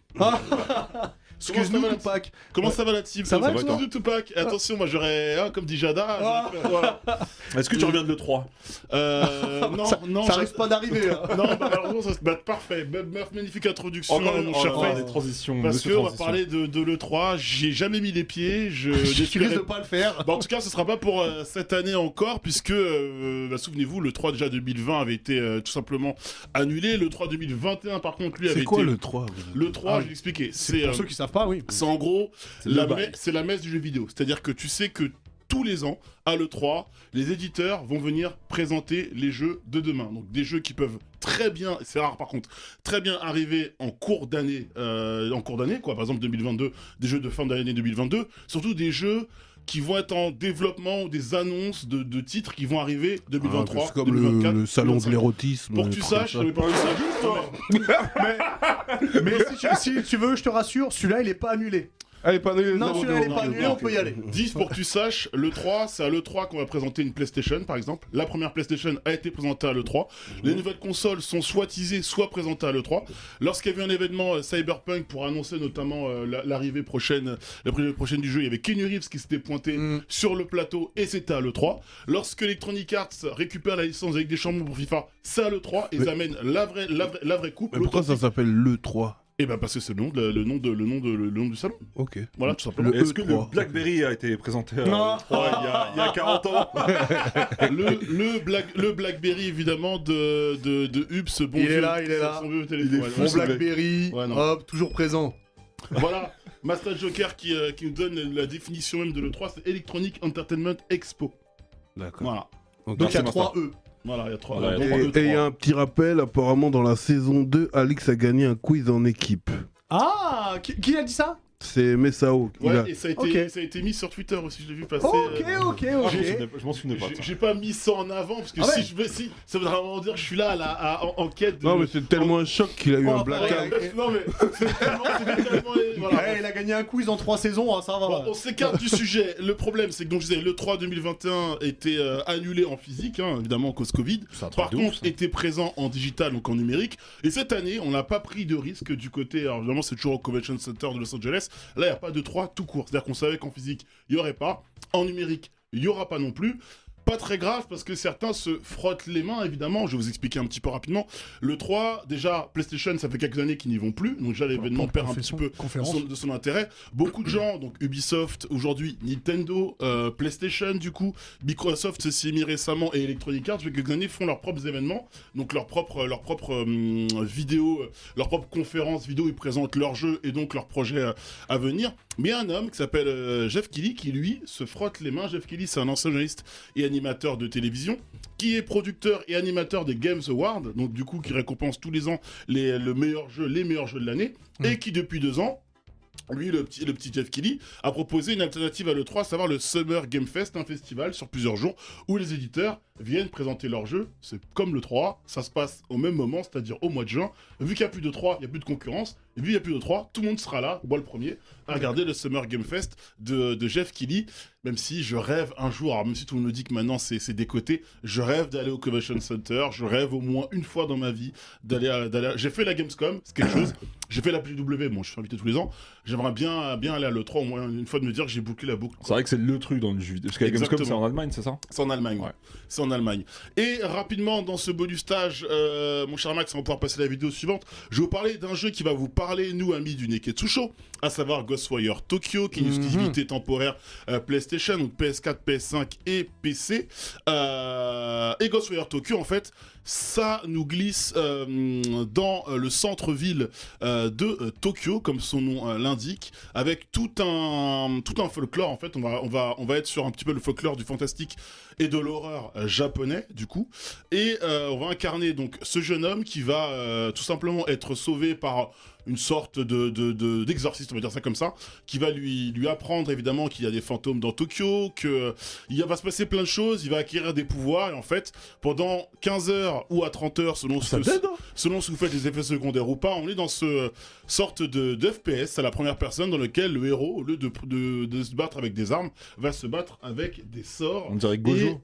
S1: Excuse-nous,
S5: Comment ça va,
S1: Tupac.
S5: Comment ça va la team
S1: Ça va,
S5: Parce
S1: toi Ah.
S5: que Tupac Et Attention, moi j'aurais, hein, comme dit Jada, j'aurais fait- voilà.
S2: Est-ce que tu reviens de l'E3
S5: Euh, non,
S1: ça,
S5: non,
S1: ça
S5: j'a-
S1: risque pas d'arriver. hein.
S5: non, bah, malheureusement, ça se bat parfait. Bob Murph, magnifique introduction, mon
S2: oh là
S5: cher
S2: là,
S5: Face.
S2: des transitions.
S5: Parce
S2: monsieur
S5: que on va
S2: transition.
S5: parler de, de l'E3, j'ai jamais mis les pieds, je
S1: Tu risques
S5: n'espérais
S1: de pas le faire.
S5: Bah, en tout cas, ce sera pas pour euh, cette année encore, puisque euh, bah, souvenez-vous, le 3 déjà 2020 avait été euh, tout simplement annulé. Le 3 2021, par contre, lui avait
S3: C'est quoi
S5: été.
S3: le 3
S5: le 3,
S1: Ah oui.
S5: je vais l'expliquer.
S1: C'est
S5: C'est
S1: pour
S5: euh,
S1: ceux qui savent pas, oui.
S5: c'est en gros
S2: C'est le
S5: la
S2: bail.
S5: me- c'est la messe du jeu vidéo. C'est-à-dire que tu sais que tous les ans, à l'E3, les éditeurs vont venir présenter les jeux de demain. Donc des jeux qui peuvent très bien, c'est rare par contre, très bien arriver en cours d'année, euh, en cours d'année quoi. Par exemple 2022, des jeux de fin d'année 2022, surtout des jeux qui vont être en développement ou des annonces de, de titres qui vont arriver 2023,
S3: Ah, C'est comme le-
S5: 2024.
S3: le, salon de
S5: 2025.
S3: l'érotisme.
S5: Pour
S3: un
S5: que tu
S3: truc
S5: saches,
S3: comme
S1: euh,
S5: j'avais parlé de ça.
S1: Mais si tu, si tu veux, je te rassure, celui-là il est pas annulé.
S3: ça. Allez, pas annulé,
S1: Non,
S3: zéro,
S1: celui-là il est pas
S3: zéro, zéro,
S1: annulé,
S3: zéro.
S1: on peut y aller.
S5: 10 pour que tu saches, l'E3, c'est à l'E3 qu'on va présenter une PlayStation par exemple. La première PlayStation a été présentée à l'E3. Les
S3: Mhm.
S5: nouvelles consoles sont soit teasées, soit présentées à l'E3. Lorsqu'il y avait un événement euh, Cyberpunk pour annoncer notamment euh, la- l'arrivée prochaine, l'arrivée prochaine du jeu, il y avait Kenny Reeves qui s'était
S2: Mm.
S5: pointé
S3: Mhm.
S5: sur le plateau et c'était à l'E3. Lorsque Electronic Arts récupère la licence avec des chambres pour FIFA, c'est à l'E3. Ils
S3: Mais-
S5: amènent la vraie, la vraie, la vraie coupe.
S3: Mais pourquoi ça s'appelle le 3
S5: Eh ben parce que c'est le nom, de, le, nom de, le, nom de, le nom du salon.
S3: Ok.
S5: Voilà, tout simplement.
S3: Le
S2: Est-ce que
S3: E3.
S2: le Blackberry a été présenté euh, à
S1: E Non.
S2: l'E3 il y a- il y a 40 ans
S5: le, le, Black- le Blackberry, évidemment, de, de, de Ups. Bon
S1: Il est
S5: vieux-
S1: là, il est là.
S5: son vieux
S2: Il est
S5: téléphone.
S2: fou,
S1: Mon
S5: Ouais,
S2: ce
S5: ouais.
S1: Blackberry,
S5: Ouais, non.
S1: hop, toujours présent.
S5: Voilà, Master Joker qui, euh, qui nous donne la définition même de l'E3, c'est Electronic Entertainment Expo.
S3: D'accord.
S5: Voilà.
S3: Ok.
S5: Donc il y a
S2: Merci,
S5: 3 E. Voilà, il y a 3
S2: Ouais,
S5: E.
S3: Et
S5: Donc, on
S3: et
S5: peut
S3: il y a
S5: trois.
S3: un petit rappel, apparemment dans la saison 2, Alix a gagné un quiz en équipe.
S1: Ah qui, qui a dit ça
S3: C'est Messao. Il
S5: Ouais,
S3: a-
S5: et ça a, été,
S1: Ok.
S5: ça a été mis sur Twitter aussi, je l'ai vu passer.
S1: Ok,
S5: euh,
S1: ok,
S2: Ah,
S1: ok.
S2: je m'en souvenais pas- je m'en souvenais pas.
S5: J'ai-
S2: tiens.
S5: J'ai pas mis ça en avant parce que
S1: Ah ouais.
S5: si je veux, si, ça voudrait vraiment dire que je suis là à la, à- en, en quête de.
S3: Non, mais c'est tellement un choc qu'il a eu
S1: Oh,
S3: un
S1: bah,
S3: blackout.
S1: ouais. blague.
S5: Non, mais c'est tellement. c'est tellement- voilà.
S1: Eh, il a gagné un quiz en 3 saisons, hein, ça va.
S5: Bon, on s'écarte du sujet. Le problème, c'est que donc je disais, le 3 2021 était euh, annulé en physique, hein, évidemment cause Covid.
S2: C'est un truc
S5: Par
S2: de
S5: contre,
S2: ouf, ça.
S5: était présent en digital, donc en numérique. Et cette année, on n'a pas pris de risque du côté. Alors, évidemment, c'est toujours au Convention Center de Los Angeles. Là, il n'y a pas de 3 tout court. C'est-à-dire qu'on savait qu'en physique, il n'y aurait pas. En numérique, il n'y aura pas non plus. Pas très grave parce que certains se frottent les mains, évidemment. Je vais vous expliquer un petit peu rapidement. Le 3, déjà, PlayStation, ça fait quelques années qu'ils n'y vont plus. Donc, déjà, l'événement perd un petit peu de
S1: Conférence.
S5: son, de son intérêt. Beaucoup de gens, donc Ubisoft aujourd'hui, Nintendo, euh, PlayStation du coup, Microsoft se s'y est mis récemment et Electronic Arts, quelques années font leurs propres événements, donc leurs propres leurs propres hum, vidéos, euh, leurs propres conférences vidéo, ils présentent leurs jeux et donc leurs projets euh, à venir. Mais il y a un homme qui s'appelle euh, Jeff Kelly qui lui se frotte les mains. Jeff Kelly, c'est un ancien journaliste et animateur de télévision qui est producteur et animateur des Games Awards, donc du coup qui récompense tous les ans les, le meilleur jeu, les meilleurs jeux de l'année, et qui depuis deux ans lui, le petit, le petit Jeff Kelly, a proposé une alternative à l'E3, à savoir le Summer Game Fest, un festival sur plusieurs jours où les éditeurs viennent présenter leurs jeux. C'est comme le 3, ça se passe au même moment, c'est-à-dire au mois de juin. Vu qu'il n'y a plus de 3, il n'y a plus de concurrence. Et vu qu'il n'y a plus de 3, tout le monde sera là, moi le premier, à regarder le Summer Game Fest de, de Jeff Kelly. Même si je rêve un jour, alors même si tout le monde me dit que maintenant c'est c'est décoté, je rêve d'aller au Convention Center, je rêve au moins une fois dans ma vie d'aller à... d'aller à- J'ai fait la Gamescom, c'est quelque chose. J'ai fait la PW, bon je suis invité tous les ans. J'aimerais bien, bien aller à l'E3 au moins une fois de me dire que j'ai bouclé la boucle.
S2: C'est vrai que c'est le truc dans le jeu vidéo. Parce que la Gamescom, c'est
S5: Exactement.
S2: en Allemagne, c'est ça
S5: C'est en Allemagne.
S2: Ouais.
S5: C'est en Allemagne. Et rapidement, dans ce bonus stage, euh, mon cher Max, on va pouvoir passer à la vidéo suivante. Je vais vous parler d'un jeu qui va vous parler, nous, amis du Neketsu Show, à savoir Ghostwire Tokyo, qui est une
S1: Mhm.
S5: exclusivité temporaire euh, PlayStation, donc PS4, PS5 et PC. Euh, et Ghostwire Tokyo, en fait, ça nous glisse euh, dans euh, le centre-ville euh, de euh, Tokyo, comme son nom euh, l'indique, avec tout un, tout un folklore. En fait, on va, on, va, on va être sur un petit peu le folklore du fantastique et de l'horreur euh, japonais du coup et euh, on va incarner donc ce jeune homme qui va euh, tout simplement être sauvé par une sorte de de- de- d'exorciste on va dire ça comme ça qui va lui lui apprendre évidemment qu'il y a des fantômes dans Tokyo que euh, il va se passer plein de choses il va acquérir des pouvoirs et en fait pendant 15 heures ou à 30 heures selon ce que selon si vous faites les effets secondaires ou pas, on est dans ce euh, sorte de, de FPS à la première personne dans lequel le héros, au lieu de, de- de se battre avec des armes, va se battre avec des sorts.
S2: On dirait Gojo.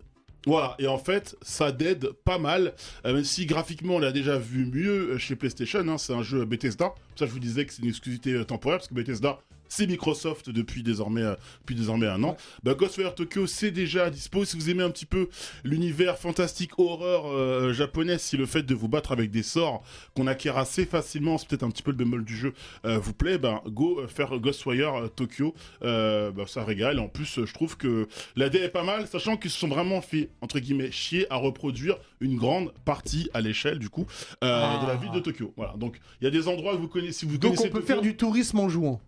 S5: Voilà, et en fait, ça dead pas mal, euh, même si graphiquement on l'a déjà vu mieux euh, chez PlayStation, hein, c'est un jeu Bethesda, ça je vous disais que c'est une exclusivité euh, temporaire, parce que Bethesda, c'est Microsoft depuis désormais, euh, depuis désormais un an. Bah, Ghostwire Tokyo, c'est déjà à dispo, si vous aimez un petit peu l'univers fantastique horreur euh, japonais, si le fait de vous battre avec des sorts qu'on acquiert assez facilement, c'est peut-être un petit peu le bémol du jeu, euh, vous plaît, ben go euh, faire Ghostwire euh, Tokyo, euh, bah, ça régale, en plus euh, je trouve que la D est pas mal, sachant qu'ils se sont vraiment fait, entre guillemets, chier à reproduire une grande partie à l'échelle, du coup, euh,
S1: Ah.
S5: de la ville de Tokyo. Voilà, donc il y a des endroits que vous connaissez, si vous
S1: Donc
S5: connaissez
S1: on peut
S5: Tokyo-
S1: faire du tourisme en jouant.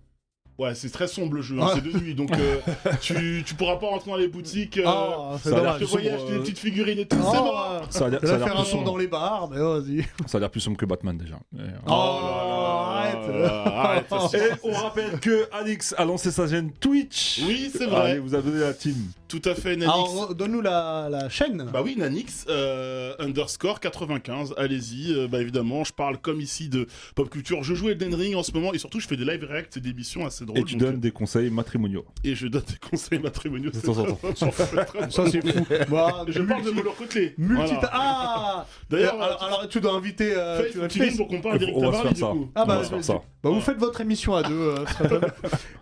S5: Ouais, c'est très sombre le jeu, hein,
S1: Ah.
S5: c'est de nuit, donc euh, tu, tu pourras pas rentrer dans les boutiques, euh,
S1: Ah, c'est
S2: ça a l'air
S1: dommage.
S5: faire tes
S2: sombre,
S5: voyages, tes
S2: euh.
S5: petites figurines et tout,
S1: Ah,
S5: c'est mort
S2: Ça a l'air
S1: Je
S2: ça a
S1: vais
S2: l'air
S1: faire un
S2: plus
S1: nom dans
S2: sombre.
S1: les bars, mais vas-y.
S2: Ça a l'air plus sombre que Batman déjà. Mais, euh,
S1: Oh,
S5: là là là,
S1: arrête.
S5: Oh, arrête,
S2: Et on rappelle que Alix a lancé sa chaîne Twitch.
S5: Oui, c'est vrai.
S2: Allez, vous avez donné la team.
S5: Tout à fait, Nanix.
S1: Alors, donne-nous la, la chaîne.
S5: Bah oui, Nanix, euh, underscore 95, allez-y, euh, bah évidemment, je parle comme ici de pop culture, je joue Elden Ring en ce moment, et surtout je fais des live react et des missions assez drôles,
S2: Et tu
S5: donc,
S2: donnes des conseils matrimoniaux.
S5: euh, et je donne des conseils matrimoniaux,
S2: De
S5: c'est
S2: temps en temps.
S5: vraiment- vraiment-
S1: Ça, c'est fou. Bah,
S5: Je parle de Moulin Côtelé.
S1: multi-
S5: Voilà.
S1: Ah
S5: D'ailleurs,
S1: alors,
S5: euh,
S1: alors, tu dois inviter. euh,
S5: fais
S1: tu
S5: une
S1: vas-
S5: petite ligne pour qu'on parle d'Eric
S2: on va se
S5: Tabarly
S2: faire
S5: du
S2: ça.
S5: coup.
S1: Ah bah,
S2: on va se faire ça.
S1: Bah, vous faites votre émission à deux. euh, ce serait pas mal.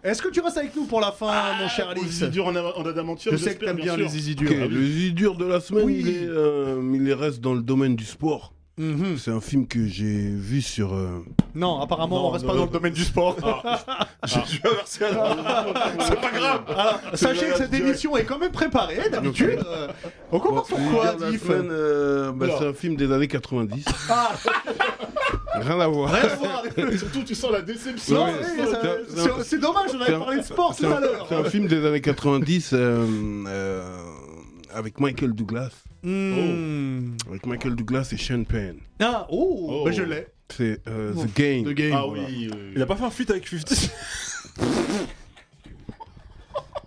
S1: Est-ce que tu restes avec nous pour la fin, mon cher
S5: Aux
S1: Alix
S5: Isidures en, a- en adamantium,
S1: Je sais que
S5: j'espère,
S1: t'aimes bien
S5: sûr.
S1: les Ah easy
S3: Ok,
S1: durs.
S3: Le Zidur de la semaine,
S1: Oui.
S3: il, est, euh, il reste dans le domaine du sport.
S1: Mhm.
S3: C'est un film que j'ai vu sur. euh,
S1: Non, apparemment,
S5: Non,
S1: on reste
S5: non,
S1: pas dans
S5: non.
S1: le domaine du sport.
S5: Je vais inverser la- C'est pas grave.
S1: Alors, sachez que cette émission est quand même préparée, d'habitude. Euh, on commence
S3: le
S1: par quoi,
S3: Zidur de la
S1: Diff
S3: semaine, euh, bah,
S5: Oula.
S3: C'est un film des années 90.
S1: Ah,
S3: Rien à voir.
S1: rien à voir.
S5: Surtout, tu sens la déception.
S1: Non,
S3: Ouais,
S1: oui,
S3: c'est-
S1: ça-
S3: c'est-
S1: c'est- c'est dommage, on avait
S3: c'est un-
S1: parlé de sport tout
S3: C'est
S1: à
S3: un,
S1: l'heure.
S3: c'est un film des années 90 euh, euh, avec Michael Douglas.
S1: Hmm.
S3: Avec Michael Douglas et Sean Penn.
S1: Ah, oh,
S5: Oh.
S1: bah, je l'ai.
S3: C'est euh,
S1: Ouf.
S3: The Game.
S1: The Game.
S5: Ah
S1: voilà.
S5: oui, oui, oui.
S2: Il a pas fait un feat avec 50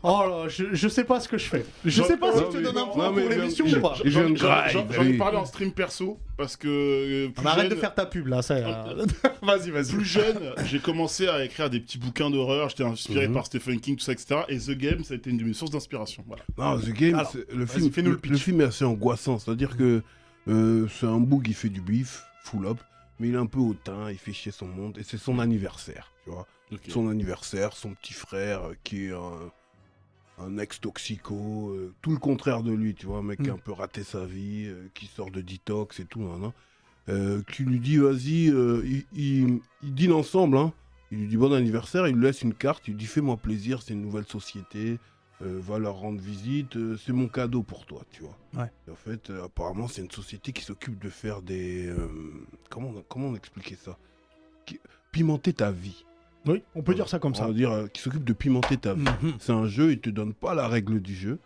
S1: Oh là, je, je sais pas ce que je fais. Je
S5: Non,
S1: sais pas si
S5: non,
S1: je te
S5: mais-
S1: donne un
S5: non,
S1: point
S3: mais-
S1: pour l'émission
S3: je-
S1: ou pas.
S3: je- Jeune
S5: J'en- j'en-
S3: Drive,
S5: J'en j'en ai
S3: oui.
S5: parlé en stream perso parce que. euh, plus
S1: On arrête de
S5: jeune-
S1: faire ta pub là, ça. euh, vas-y, vas-y.
S5: Plus jeune, j'ai commencé à écrire des petits bouquins d'horreur. J'étais inspiré
S3: Mhm.
S5: par Stephen King, tout ça, etc. Et The Game, ça a été une de mes sources d'inspiration. Voilà.
S3: Non, The Game,
S1: Alors,
S3: c'est- le,
S1: vas-y,
S3: film,
S1: fais-nous le
S3: le-
S1: pitch. Mm.
S3: le film est assez angoissant. C'est-à-dire que euh, c'est un bout qui fait du bif, full up, mais il est un peu hautain, il fait chier son monde, et c'est
S1: Mm.
S3: son anniversaire, tu vois. Son anniversaire, son petit frère, euh, qui est un, un ex-toxico, euh, tout le contraire de lui, tu vois, un mec qui a
S1: Mm.
S3: un peu raté sa vie, euh, qui sort de detox et tout, nan, nan, euh, qui lui dit, vas-y, euh, ils ils- ils dînent ensemble, hein. Il lui dit bon anniversaire, il lui laisse une carte, il lui dit fais-moi plaisir, c'est une nouvelle société, euh, va leur rendre visite, euh, c'est mon cadeau pour toi, tu vois.
S1: Ouais.
S3: Et en fait, euh, apparemment, c'est une société qui s'occupe de faire des... euh, comment, on, comment on expliquait ça Qui- Pimenter ta vie.
S1: Oui, on peut dire ça comme ça.
S3: On va dire euh, qui s'occupe de pimenter ta vie.
S1: Mhm.
S3: C'est un jeu, il te donne pas la règle du jeu,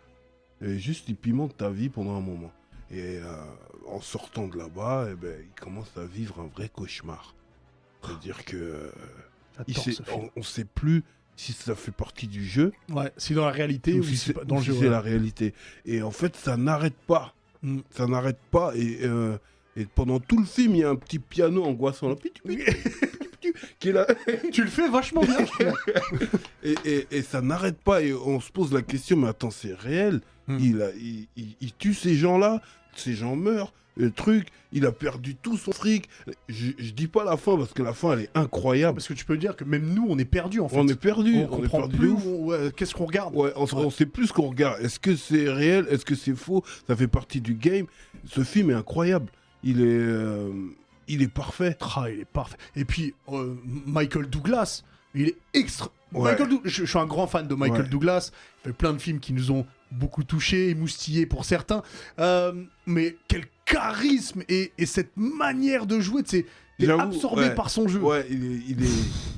S3: et juste il pimente ta vie pendant un moment. Et euh, en sortant de là-bas, eh ben, il commence à vivre un vrai cauchemar. C'est-à-dire que... euh, il
S1: J'adore
S3: sait-
S1: ce film.
S3: on ne sait plus si ça fait partie du jeu
S1: Ouais, si dans la réalité
S3: ou
S1: ou
S3: si
S1: si
S3: c'est
S1: pas dans
S3: ou
S1: le
S3: si
S1: jeu.
S3: c'est
S1: ouais.
S3: la réalité. Et en fait, ça n'arrête pas.
S1: Mm.
S3: Ça n'arrête pas. Et, euh, et pendant tout le film, il y a un petit piano angoissant là, pitu, pitu, pitu, pitu, qui est là.
S1: Tu le fais vachement bien. je trouve.
S3: Et, et- et ça n'arrête pas. Et on se pose la question, mais attends, c'est réel.
S1: Mm.
S3: Il, a, il, il- il tue ces gens-là. Ces gens meurent. Le truc, il a perdu tout son fric. Je, je dis pas la fin parce que la fin, elle est incroyable.
S1: Parce que tu peux dire que même nous, on est perdus en fait.
S3: On est perdu.
S1: on,
S3: on est
S1: comprend
S3: perdu de
S1: plus.
S3: ouf.
S1: où on- ouais, Qu'est-ce qu'on regarde
S3: Ouais, on, s- on sait plus ce qu'on regarde. Est-ce que c'est réel Est-ce que c'est faux Ça fait partie du game. Ce film est incroyable. Il est, euh, il est parfait.
S1: Ah, il est parfait. Et puis euh, Michael Douglas, il est extra.
S3: Ouais.
S1: Michael Dou- je, je suis un grand fan de Michael
S3: Ouais.
S1: Douglas. Il fait plein de films qui nous ont beaucoup touchés, émoustillés pour certains. Euh, mais quel charisme et, et cette manière de jouer, tu sais, t'es
S3: J'avoue,
S1: absorbé
S3: ouais.
S1: par son jeu.
S3: Ouais, il est, il est,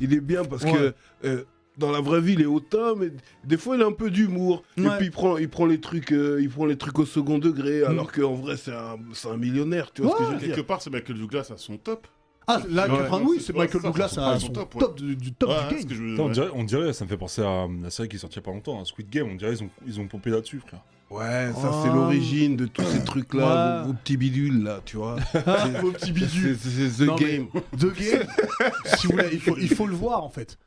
S3: il est bien parce
S1: Ouais.
S3: que euh, dans la vraie vie, il est hautain, mais des fois, il a un peu d'humour.
S1: Ouais. Mm.
S3: Et puis, il prend, il prend les trucs, euh, il prend les trucs au second degré, alors qu'en vrai, c'est un, c'est un millionnaire. Tu vois ce que je veux
S5: Quelque
S3: dire
S5: part, c'est Michael Douglas à son top.
S1: Ah, là,
S3: Ouais.
S1: 80, oui, c'est
S5: Ouais,
S1: Michael
S5: ça,
S1: Douglas
S5: ça,
S1: à
S5: ça,
S1: son
S5: top, ouais.
S1: top du, du top
S5: Ouais,
S1: du
S5: ouais,
S1: game.
S5: ce que je veux-
S2: Putain, on,
S5: ouais.
S2: dirait, on dirait, ça me fait penser à euh, la série qui est sortie il y a pas longtemps, hein, Squid Game. On dirait, ils ont, ils ont pompé là-dessus, frère.
S3: Ouais, ça,
S1: Ah.
S3: c'est l'origine de tous ces trucs-là,
S1: Ouais.
S3: vos, vos petits bidules, là, tu vois. C'est-
S1: Vos petits bidules.
S3: c'est- C'est c'est The
S1: Non, mais-
S3: Game.
S1: The Game, si vous voulez, il faut, il faut le voir en fait.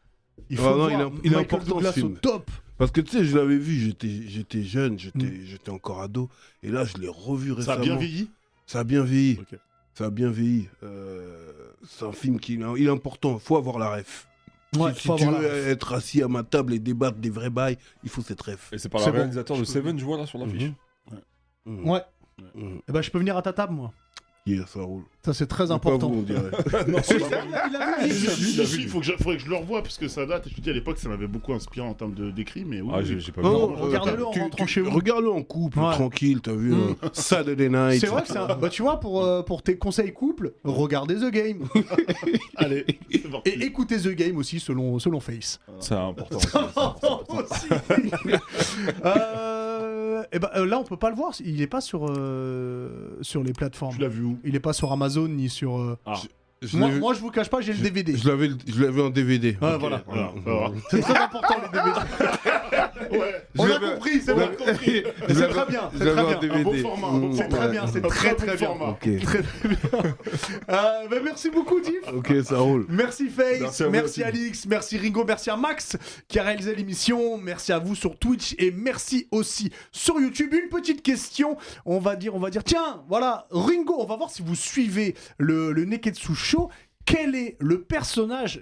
S1: Il faut
S3: Ouais,
S1: le
S3: Ah non,
S1: voir.
S3: il est- il est
S1: Michael
S3: important, ce
S1: Douglas au
S3: film.
S1: top.
S3: Parce que tu sais, je l'avais vu, j'étais, j'étais jeune, j'étais,
S1: Mm.
S3: j'étais encore ado. Et là, je l'ai revu
S5: Ça a
S3: récemment.
S5: bien vieilli.
S3: Ça a bien vieilli.
S5: Ok.
S3: Ça a bien vieilli. Euh, c'est un film qui il est important. faut avoir la ref.
S1: Ouais,
S3: si si
S1: faut
S3: tu
S1: avoir la
S3: veux euh,
S1: ref.
S3: être assis à ma table et débattre des vrais bails, il faut cette ref.
S2: Et c'est par
S1: C'est
S2: le
S1: bon,
S2: réalisateur
S1: je
S2: de
S1: peux-
S2: Seven, je vois là sur l'affiche.
S3: Mhm. Mmh.
S1: Ouais.
S3: Mmh.
S1: Eh ben, je peux venir à ta table, moi.
S3: Yeah, ça roule.
S1: Ça, c'est très
S3: Pas
S1: important.
S3: vous, on dirait.
S2: Non,
S1: Si, il a- Ah, il a vu.
S5: Si,
S2: vu, il
S5: si,
S2: a
S5: si,
S2: vu.
S5: il faut que je- faudrait que je le revoie parce que ça date. Je te dis à l'époque, ça m'avait beaucoup inspiré en termes de d'écrit, mais oui.
S2: Ah,
S5: oui.
S2: j'ai j'ai pas vu.
S1: Non,
S3: euh,
S1: Oh, regarde-le en
S3: tu-
S1: rentrant
S3: tu-
S1: chez vous.
S3: Regarde-le en couple,
S1: Ouais.
S3: tranquille, t'as vu.
S1: Mmh.
S3: euh, Saturday Night.
S1: C'est vrai que c'est un... Bah, tu vois, pour, euh, pour tes conseils couple, regardez The Game.
S5: Allez, c'est parti.
S1: Et écoutez The Game aussi, selon, selon Face.
S2: C'est important.
S1: Aussi. Euh, eh ben, euh, là, on peut pas le voir. Il est pas sur, euh, sur les plateformes.
S5: Tu l'as vu où
S1: Il est pas sur Amazon ni sur... euh,
S3: Je
S1: Moi,
S3: l'ai-
S1: moi, je vous cache pas, j'ai le DVD.
S3: je l'avais, je l'avais en DVD.
S1: Ouais, Ah, voilà.
S5: Voilà,
S3: Mmh.
S5: ça va.
S1: C'est très important, les DVD.
S5: Ouais,
S1: On
S3: Je
S1: a
S3: l'avais-
S1: compris, c'est
S3: je
S1: bon.
S3: l'avais-
S1: C'est
S3: je l'avais-
S1: très bien, c'est
S3: je l'avais
S1: très
S3: en
S1: bien.
S5: un bon
S3: DVD.
S5: format. un bon
S3: Mmh.
S1: C'est
S5: format.
S1: très bien, c'est
S5: Un
S1: très
S5: bon
S1: très bien.
S5: format.
S3: Ok.
S1: Très très bien. Euh, bah, merci beaucoup, Diff.
S3: Ok, ça roule.
S1: Merci Face,
S2: Merci
S1: merci,
S2: à vous aussi.
S1: Alix, merci Ringo, merci à Max qui a réalisé l'émission, merci à vous sur Twitch et merci aussi sur YouTube. Une petite question, on va dire, on va dire, tiens, voilà, Ringo, on va voir si vous suivez le, le Neketsu Show. Quel est le personnage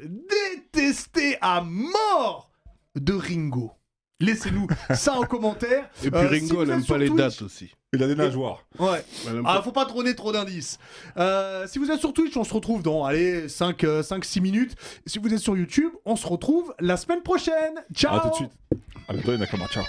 S1: détesté à mort de Ringo Laissez-nous ça en commentaire.
S3: Et puis
S1: Euh, si
S3: Ringo,
S1: vous
S3: elle
S1: êtes
S3: aime
S1: sur
S3: pas les
S1: Twitch-
S3: dates aussi.
S2: Il a des nageoires.
S1: Ouais.
S3: Elle aime
S1: Ah,
S3: pas-
S1: faut pas trop donner trop d'indices. Euh, si vous êtes sur Twitch, on se retrouve dans allez, 5 6 minutes. Si vous êtes sur YouTube, on se retrouve la semaine prochaine. Ciao.
S2: À tout de suite. Avec Ah, toi, Nakamura. Ciao.